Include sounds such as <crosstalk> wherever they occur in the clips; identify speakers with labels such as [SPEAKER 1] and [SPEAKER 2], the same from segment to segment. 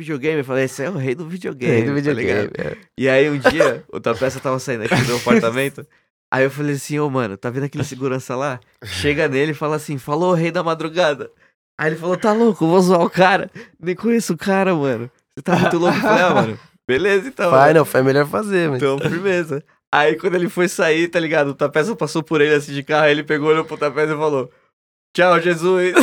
[SPEAKER 1] videogame. Eu falei, esse é o rei do videogame.
[SPEAKER 2] Rei do
[SPEAKER 1] tá
[SPEAKER 2] videogame.
[SPEAKER 1] ligado?
[SPEAKER 2] é.
[SPEAKER 1] e aí um dia, o tua peça tava saindo aqui do meu apartamento. Aí eu falei assim, ô mano, tá vendo aquele segurança lá? Chega nele e fala assim, falou o rei da madrugada. Aí ele falou, tá louco, eu vou zoar o cara. Nem conheço o cara, mano. Você tá muito louco. Eu falei, ah, mano, beleza então.
[SPEAKER 2] Vai,
[SPEAKER 1] mano.
[SPEAKER 2] não, foi melhor fazer, mas.
[SPEAKER 1] Então, firmeza. Aí quando ele foi sair, tá ligado? O Tapeza passou por ele assim de carro, aí ele pegou, olhou pro Tapeza e falou: Tchau, Jesus.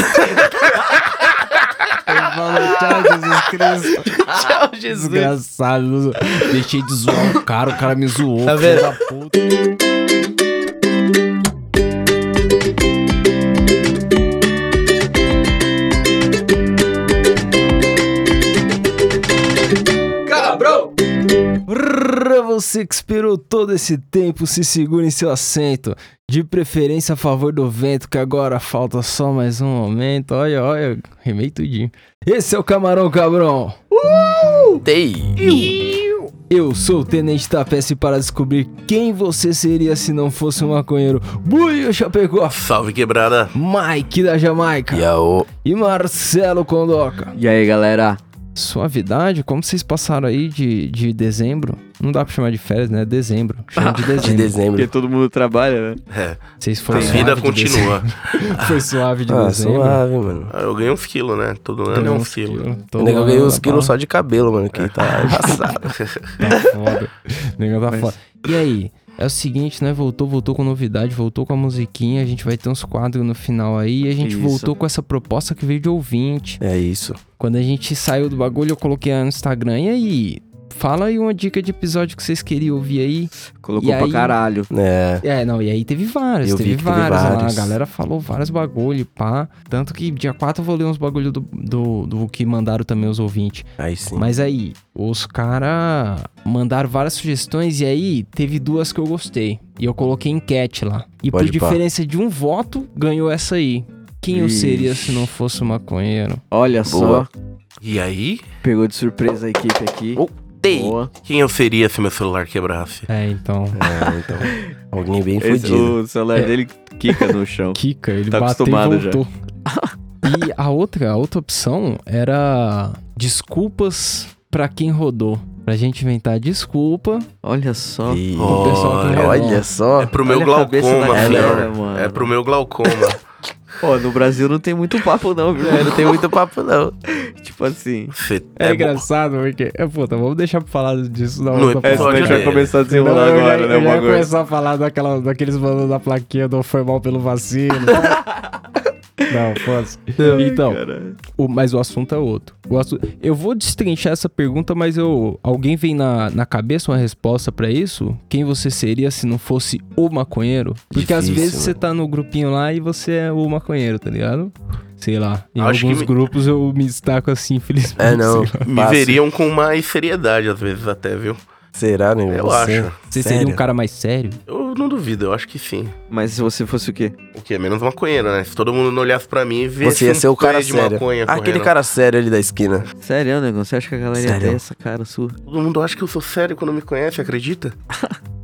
[SPEAKER 3] Ele falou, tchau, Jesus Cristo.
[SPEAKER 1] Tchau, Jesus.
[SPEAKER 3] Desgraçado. Deixei de zoar o cara, o cara me zoou.
[SPEAKER 2] Tá
[SPEAKER 3] filho
[SPEAKER 2] vendo?
[SPEAKER 3] da puta.
[SPEAKER 1] Cabrão!
[SPEAKER 3] Pra é você que esperou todo esse tempo, se segura em seu assento. De preferência a favor do vento, que agora falta só mais um momento. Olha, olha, remei tudinho. Esse é o Camarão Cabrão.
[SPEAKER 2] Dei.
[SPEAKER 3] Eu sou o Tenente Tapece e para descobrir quem você seria se não fosse um maconheiro. Buio Chapecó,
[SPEAKER 4] Salve quebrada.
[SPEAKER 3] Mike da Jamaica
[SPEAKER 2] Yaô.
[SPEAKER 3] e Marcelo Condoca.
[SPEAKER 1] E aí, galera?
[SPEAKER 3] Suavidade, como vocês passaram aí de, de dezembro? Não dá pra chamar de férias, né?
[SPEAKER 4] <laughs>
[SPEAKER 3] Dezembro. Chama de
[SPEAKER 2] De
[SPEAKER 3] dezembro.
[SPEAKER 2] dezembro.
[SPEAKER 1] Porque todo mundo trabalha, né?
[SPEAKER 4] É,
[SPEAKER 3] Vocês
[SPEAKER 4] a
[SPEAKER 3] foram
[SPEAKER 4] vida
[SPEAKER 3] suave de <laughs>
[SPEAKER 4] continua.
[SPEAKER 3] dezembro. Foi suave de
[SPEAKER 2] Ah,
[SPEAKER 3] dezembro.
[SPEAKER 2] suave, mano.
[SPEAKER 4] Ah, Eu ganhei uns quilos, né? Todo ano é
[SPEAKER 3] Deu
[SPEAKER 4] um
[SPEAKER 3] uns
[SPEAKER 4] quilo.
[SPEAKER 3] quilos.
[SPEAKER 2] O é
[SPEAKER 3] Todo
[SPEAKER 2] nego
[SPEAKER 3] ano
[SPEAKER 2] ganhou
[SPEAKER 3] na
[SPEAKER 2] uns quilos
[SPEAKER 3] bala.
[SPEAKER 2] só de cabelo, mano,
[SPEAKER 3] <laughs>
[SPEAKER 2] que tá embaçado.
[SPEAKER 3] Tá foda. O nego tá foda. E aí? É o seguinte, né? Voltou, voltou com novidade, voltou com a musiquinha. A gente vai ter uns quadros no final aí. E a gente
[SPEAKER 1] Isso.
[SPEAKER 3] voltou com essa proposta que veio de ouvinte.
[SPEAKER 2] É isso.
[SPEAKER 3] Quando a gente saiu do bagulho, eu coloquei lá no Instagram. E aí? Fala aí uma dica de episódio que vocês queriam ouvir aí.
[SPEAKER 1] Colocou
[SPEAKER 3] E aí?
[SPEAKER 1] pra caralho.
[SPEAKER 2] É.
[SPEAKER 3] É, não, e aí teve vários,
[SPEAKER 2] Eu vi
[SPEAKER 3] teve
[SPEAKER 2] que teve
[SPEAKER 3] vários, lá.
[SPEAKER 2] vários.
[SPEAKER 3] A galera falou vários bagulho, pá. Tanto que dia 4 eu vou ler uns bagulho do, do, do que mandaram também os ouvintes.
[SPEAKER 2] Aí sim.
[SPEAKER 3] Mas aí, os caras mandaram várias sugestões e aí teve duas que eu gostei. E eu coloquei enquete lá. E
[SPEAKER 2] Pode
[SPEAKER 3] por
[SPEAKER 2] pá.
[SPEAKER 3] diferença de um voto, ganhou essa aí. Quem eu
[SPEAKER 1] Ixi.
[SPEAKER 3] seria se não fosse um maconheiro?
[SPEAKER 1] Olha
[SPEAKER 2] Boa. Oh,
[SPEAKER 1] só,
[SPEAKER 4] E aí,
[SPEAKER 1] pegou de surpresa a equipe aqui.
[SPEAKER 2] Dei.
[SPEAKER 1] Boa.
[SPEAKER 4] quem eu seria se meu celular quebrasse?
[SPEAKER 3] É, então.
[SPEAKER 2] É, então. Alguém bem
[SPEAKER 1] Esse,
[SPEAKER 2] fudido.
[SPEAKER 1] o celular dele quica no chão.
[SPEAKER 3] Kika, ele
[SPEAKER 1] Tá
[SPEAKER 3] bateu e
[SPEAKER 1] acostumado já.
[SPEAKER 3] voltou. e a outra, a outra opção era desculpas pra quem rodou. Pra gente inventar desculpa.
[SPEAKER 1] <laughs> Olha só.
[SPEAKER 2] Ih,
[SPEAKER 4] Ó,
[SPEAKER 3] pessoal que
[SPEAKER 4] Olha,
[SPEAKER 3] rodou.
[SPEAKER 2] Olha só.
[SPEAKER 4] É pro meu
[SPEAKER 1] Olha a cabeça
[SPEAKER 4] glaucoma,
[SPEAKER 1] da galera,
[SPEAKER 4] filho.
[SPEAKER 1] mano.
[SPEAKER 4] É pro meu glaucoma.
[SPEAKER 1] Pô, no Brasil não tem muito papo, não, viu?
[SPEAKER 2] É, não tem muito papo, não.
[SPEAKER 1] <laughs> tipo assim.
[SPEAKER 4] Cê
[SPEAKER 3] É,
[SPEAKER 4] bo-
[SPEAKER 3] engraçado, porque. É, puta, vamos deixar pra falar disso na
[SPEAKER 4] No
[SPEAKER 3] outra
[SPEAKER 1] é,
[SPEAKER 4] episódio
[SPEAKER 3] parte.
[SPEAKER 4] a gente vai
[SPEAKER 1] começar a
[SPEAKER 3] Senão eu já-
[SPEAKER 1] né,
[SPEAKER 3] eu já ia começar a falar daquela, daqueles mandando da plaquinha do foi mal pelo vacilo. Não, foda-se. Então, o- mas o assunto é outro. O assu- Eu vou destrinchar essa pergunta, mas eu. Alguém vem na, na cabeça uma resposta pra isso? Quem você seria se não fosse o maconheiro? Porque às
[SPEAKER 2] Difícil,
[SPEAKER 3] vezes você
[SPEAKER 2] mano.
[SPEAKER 3] tá no grupinho lá e você é o maconheiro, tá ligado? Sei lá. Em
[SPEAKER 4] Acho que
[SPEAKER 3] alguns
[SPEAKER 4] me-
[SPEAKER 3] grupos eu me destaco assim, <laughs> infelizmente.
[SPEAKER 2] É, não.
[SPEAKER 3] sei lá.
[SPEAKER 4] Me
[SPEAKER 2] Fácil.
[SPEAKER 4] veriam com mais seriedade, às vezes, até, viu?
[SPEAKER 2] Será, né?
[SPEAKER 4] Eu
[SPEAKER 2] Você?
[SPEAKER 4] acho.
[SPEAKER 3] Você
[SPEAKER 2] Sério?
[SPEAKER 3] seria um cara mais sério?
[SPEAKER 4] Eu não duvido, eu acho que sim.
[SPEAKER 1] Mas se você fosse o quê?
[SPEAKER 4] O quê? Menos maconheiro, né? Se todo mundo não olhasse pra mim e visse
[SPEAKER 2] Você ia
[SPEAKER 4] um
[SPEAKER 2] ser o cara
[SPEAKER 4] pé de
[SPEAKER 2] sério.
[SPEAKER 4] maconha
[SPEAKER 2] Aquele
[SPEAKER 4] correndo.
[SPEAKER 2] cara sério ali da esquina.
[SPEAKER 1] Sério, negão? Você acha que a galera ia
[SPEAKER 2] Sério?
[SPEAKER 1] ter essa cara sua?
[SPEAKER 4] Todo mundo acha que eu sou sério quando me conhece, acredita?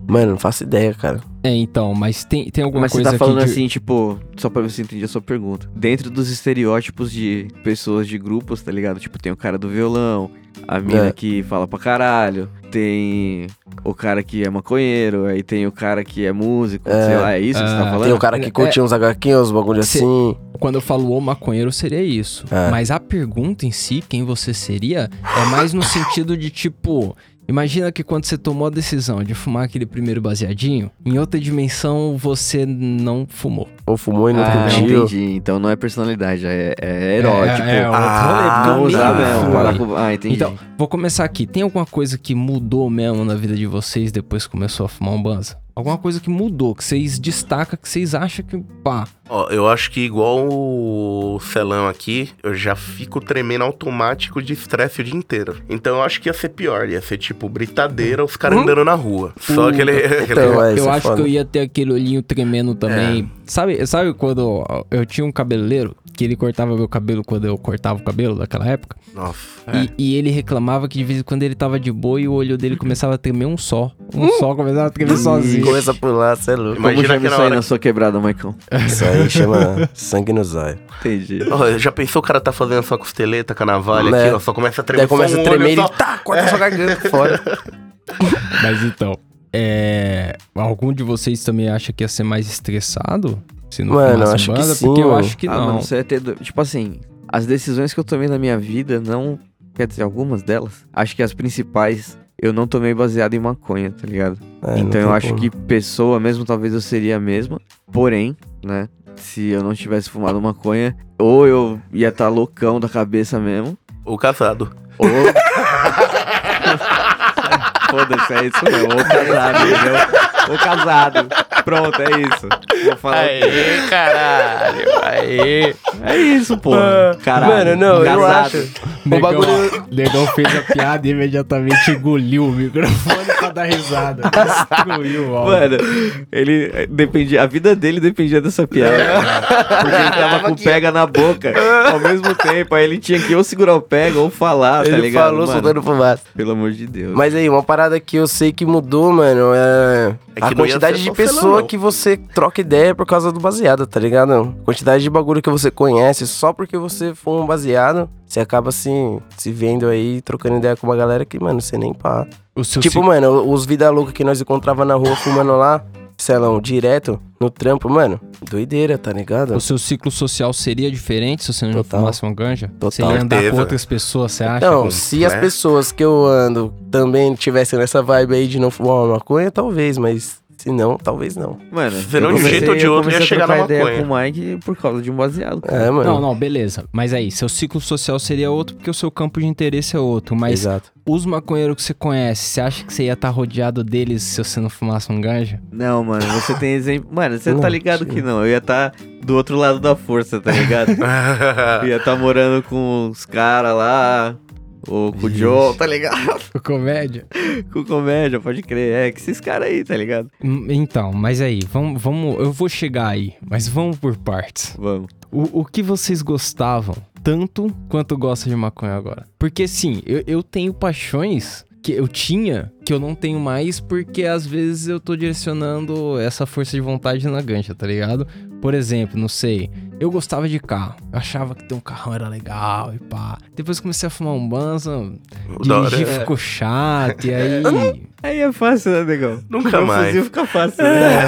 [SPEAKER 2] Mano, não faço ideia, cara.
[SPEAKER 3] É, então, mas tem, tem alguma
[SPEAKER 1] Mas você
[SPEAKER 3] coisa
[SPEAKER 1] tá falando
[SPEAKER 3] aqui de-
[SPEAKER 1] assim, tipo, só pra você entender a sua pergunta. Dentro dos estereótipos de pessoas de grupos, tá ligado? Tipo, tem o cara do violão, a mina
[SPEAKER 2] É.
[SPEAKER 1] que fala pra caralho, tem o cara que é maconheiro, aí tem o cara que é músico,
[SPEAKER 2] É.
[SPEAKER 1] sei lá, é isso que você tá
[SPEAKER 3] Ah,
[SPEAKER 1] falando?
[SPEAKER 2] Tem o cara que curte uns HQ, uns bagulho
[SPEAKER 3] Cê-
[SPEAKER 2] assim.
[SPEAKER 3] Quando eu falo o maconheiro, seria isso.
[SPEAKER 2] É.
[SPEAKER 3] Mas a pergunta em si, quem você seria, é mais no sentido de tipo. Imagina que quando você tomou a decisão de fumar aquele primeiro baseadinho, em outra dimensão você não fumou.
[SPEAKER 2] Ou fumou e não
[SPEAKER 1] Ah,
[SPEAKER 2] curtiu.
[SPEAKER 1] entendi. Então não é personalidade, é, é erótico.
[SPEAKER 3] É, é, é outro
[SPEAKER 2] Ah,
[SPEAKER 3] rolê,
[SPEAKER 1] Não
[SPEAKER 3] porque eu
[SPEAKER 1] usar
[SPEAKER 3] nem
[SPEAKER 2] tá.
[SPEAKER 1] mesmo.
[SPEAKER 3] fumei.
[SPEAKER 1] parar com- Ah, entendi.
[SPEAKER 3] Então, vou começar aqui. Tem alguma coisa que mudou mesmo na vida de vocês depois que começou a fumar um banza? Alguma coisa que mudou, que vocês destacam, que vocês acham que, pá,
[SPEAKER 4] Ó, eu acho que igual o Celão aqui, eu já fico tremendo automático de estresse o dia inteiro. Então eu acho que ia ser pior, ia ser tipo britadeira, os caras andando na rua. Só aquele. <laughs> aquele...
[SPEAKER 2] Hum? Então, é, isso
[SPEAKER 3] eu
[SPEAKER 2] é
[SPEAKER 3] acho
[SPEAKER 2] foda. É.
[SPEAKER 3] que eu ia ter aquele olhinho tremendo também. Sabe, sabe quando eu tinha um cabeleiro que ele cortava meu cabelo quando eu cortava o cabelo daquela época.
[SPEAKER 4] Nossa.
[SPEAKER 2] É.
[SPEAKER 3] E, e ele reclamava que de vez em quando ele tava de boa e o olho dele começava a tremer um só. Um
[SPEAKER 2] Hum.
[SPEAKER 3] só começava a tremer sozinho.
[SPEAKER 2] Começa a pular, você é louco.
[SPEAKER 1] Como
[SPEAKER 4] Imagina
[SPEAKER 1] chama
[SPEAKER 4] que na
[SPEAKER 1] isso aí
[SPEAKER 4] hora.
[SPEAKER 1] na sua quebrada, Maicon?
[SPEAKER 2] Isso aí chama <laughs> sangue no zóio.
[SPEAKER 1] Entendi.
[SPEAKER 4] Ó, já pensou o cara tá fazendo sua costeleta com a navalha
[SPEAKER 2] Né?
[SPEAKER 4] aqui, ó, só começa a
[SPEAKER 2] Daí
[SPEAKER 4] tremer.
[SPEAKER 2] começa
[SPEAKER 4] só
[SPEAKER 2] a
[SPEAKER 4] um
[SPEAKER 2] tremer
[SPEAKER 4] olho
[SPEAKER 2] e
[SPEAKER 4] só.
[SPEAKER 2] tá, corta sua
[SPEAKER 4] <laughs>
[SPEAKER 2] garganta fora.
[SPEAKER 3] Mas então, é. Algum de vocês também acha que ia ser mais estressado? Se não
[SPEAKER 2] Mano,
[SPEAKER 3] fumasse
[SPEAKER 2] acho que
[SPEAKER 3] banda?
[SPEAKER 2] sim,
[SPEAKER 3] Porque eu
[SPEAKER 2] mano.
[SPEAKER 3] acho que
[SPEAKER 1] ah,
[SPEAKER 3] não.
[SPEAKER 1] mano, você ia ter. do- Tipo assim, as decisões que eu tomei na minha vida não. Quer dizer, algumas delas. Acho que as principais eu não tomei baseado em maconha, tá ligado?
[SPEAKER 2] É, não
[SPEAKER 1] então
[SPEAKER 2] tem
[SPEAKER 1] eu acho
[SPEAKER 2] como.
[SPEAKER 1] que pessoa mesmo, talvez eu seria a mesma. Porém, né? Se eu não tivesse fumado maconha, ou eu ia estar loucão da cabeça mesmo,
[SPEAKER 2] <laughs>
[SPEAKER 4] O casado. <laughs>
[SPEAKER 1] ou. <laughs> Foda-se, é isso mesmo. Ou casado, entendeu? Ou casado. Pronto, é isso. Vou falar.
[SPEAKER 4] Aê, caralho. Aê.
[SPEAKER 1] É isso, pô. Caralho.
[SPEAKER 2] Mano, não, eu
[SPEAKER 1] casado.
[SPEAKER 2] acho.
[SPEAKER 3] Negão,
[SPEAKER 2] bagulho-
[SPEAKER 3] Negão fez a piada e imediatamente engoliu o microfone pra dar
[SPEAKER 2] <laughs>
[SPEAKER 3] risada. Destruiu o áudio.
[SPEAKER 1] Mano, ele eh, dependia, a vida dele dependia dessa piada. É. Porque ele tava com o pega na boca ao mesmo tempo. Aí ele tinha que ou segurar o pega ou falar, tá
[SPEAKER 2] Ele
[SPEAKER 1] ligado?
[SPEAKER 2] falou
[SPEAKER 1] mano?
[SPEAKER 2] soltando fumaça.
[SPEAKER 1] Pelo amor de Deus.
[SPEAKER 2] Mas aí, uma parada que eu sei que mudou, mano, é,
[SPEAKER 4] É que
[SPEAKER 2] a
[SPEAKER 4] não ia
[SPEAKER 2] quantidade
[SPEAKER 4] ser
[SPEAKER 2] de
[SPEAKER 4] só felão,
[SPEAKER 2] pessoa
[SPEAKER 4] não.
[SPEAKER 2] que você troca ideia por causa do baseado, tá ligado? Quantidade de bagulho que você conhece só porque você for um baseado, você acaba assim, se vendo aí, trocando ideia com uma galera que, mano, você nem pá.
[SPEAKER 3] O seu
[SPEAKER 2] tipo,
[SPEAKER 3] ci-
[SPEAKER 2] mano, os vida louca que nós encontrava na rua fumando lá, selão, direto, no trampo, mano, doideira, tá ligado?
[SPEAKER 3] O seu ciclo social seria diferente se você não
[SPEAKER 2] Total.
[SPEAKER 3] fumasse uma ganja?
[SPEAKER 2] Total.
[SPEAKER 3] Você ia andar com
[SPEAKER 4] Certeza.
[SPEAKER 3] outras pessoas, você acha? é?
[SPEAKER 2] Então,
[SPEAKER 4] com-
[SPEAKER 2] se as
[SPEAKER 4] né?
[SPEAKER 2] pessoas que eu ando também tivessem nessa vibe aí de não fumar uma maconha, talvez, mas se não, talvez não.
[SPEAKER 1] mano,
[SPEAKER 4] Se
[SPEAKER 1] eu
[SPEAKER 4] não, de um jeito ou de
[SPEAKER 1] comecei- eu
[SPEAKER 4] outro, ia
[SPEAKER 1] comecei a
[SPEAKER 4] chegar na
[SPEAKER 1] trocar ideia
[SPEAKER 4] maconha.
[SPEAKER 1] com o Mike por causa de um baseado. cara.
[SPEAKER 2] É, mano.
[SPEAKER 3] Não, não, beleza. Mas aí, seu ciclo social seria outro porque o seu campo de interesse é outro. Mas
[SPEAKER 2] Exato.
[SPEAKER 3] os maconheiros que você conhece, você acha que você ia estar rodeado deles se você não fumasse um ganja?
[SPEAKER 1] Não, mano, você tem exemplo. Mano, você
[SPEAKER 2] Não,
[SPEAKER 1] tá ligado
[SPEAKER 2] tio.
[SPEAKER 1] que não. Eu ia estar do outro lado da força, tá
[SPEAKER 4] <laughs>
[SPEAKER 1] ligado?
[SPEAKER 4] Tá
[SPEAKER 1] Eu ia estar morando com os caras lá, ou com o Joe, tá ligado?
[SPEAKER 3] Comédia.
[SPEAKER 1] <laughs> Com comédia, pode crer. É, que esses caras aí, tá ligado?
[SPEAKER 3] Então, mas aí, vamos, vamos. Eu vou chegar aí, mas vamos por partes.
[SPEAKER 1] Vamos.
[SPEAKER 3] O, o que vocês gostavam tanto quanto gosta de maconha agora? Porque sim, eu, eu tenho paixões que eu tinha que eu não tenho mais porque às vezes eu tô direcionando essa força de vontade na gancha, tá ligado? Por exemplo, não sei, eu gostava de carro, eu achava que ter um carrão era legal e pá. Depois comecei a fumar um banza,
[SPEAKER 4] Da hora.
[SPEAKER 3] dirigir ficou chato
[SPEAKER 1] <laughs>
[SPEAKER 3] e aí
[SPEAKER 1] Aí é fácil, né, negão?
[SPEAKER 4] Nunca
[SPEAKER 1] Meu
[SPEAKER 4] mais. É.
[SPEAKER 1] fuzil fica fácil, né?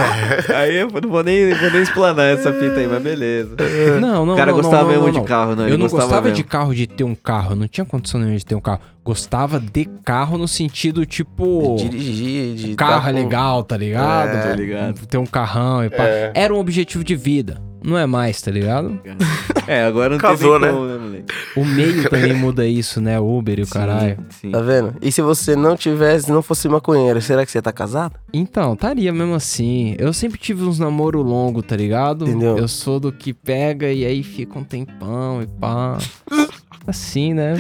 [SPEAKER 1] Aí eu não vou nem, vou nem explanar essa fita aí, mas beleza.
[SPEAKER 4] É.
[SPEAKER 3] Não, não,
[SPEAKER 1] É. o cara
[SPEAKER 3] não,
[SPEAKER 1] gostava
[SPEAKER 3] não,
[SPEAKER 1] mesmo
[SPEAKER 3] não,
[SPEAKER 1] de
[SPEAKER 3] não.
[SPEAKER 1] carro, né?
[SPEAKER 3] Eu
[SPEAKER 1] Ele
[SPEAKER 3] não
[SPEAKER 1] gostava,
[SPEAKER 3] gostava de
[SPEAKER 1] mesmo.
[SPEAKER 3] carro, de ter um carro. Não tinha condição nenhuma de ter um carro. Gostava de carro no sentido, tipo...
[SPEAKER 2] dirigir, de.
[SPEAKER 3] carro
[SPEAKER 2] tá
[SPEAKER 3] é
[SPEAKER 2] com-
[SPEAKER 3] legal, tá ligado?
[SPEAKER 1] É, tá ligado.
[SPEAKER 3] Ter um carrão e pá.
[SPEAKER 4] É.
[SPEAKER 3] Era um objetivo de vida. Não é mais, tá ligado?
[SPEAKER 1] É, agora não
[SPEAKER 4] Casou,
[SPEAKER 1] tem
[SPEAKER 4] né?
[SPEAKER 1] nem como, né, moleque?
[SPEAKER 3] O meio também muda isso, né? Uber e o caralho.
[SPEAKER 1] Sim.
[SPEAKER 2] Tá vendo? E se você não tivesse, não fosse maconheiro, será que você tá casado?
[SPEAKER 3] Então, estaria mesmo assim. Eu sempre tive uns namoro longo, tá ligado?
[SPEAKER 2] Entendeu?
[SPEAKER 3] Eu sou do que pega e aí fica um tempão e pá. Assim, né?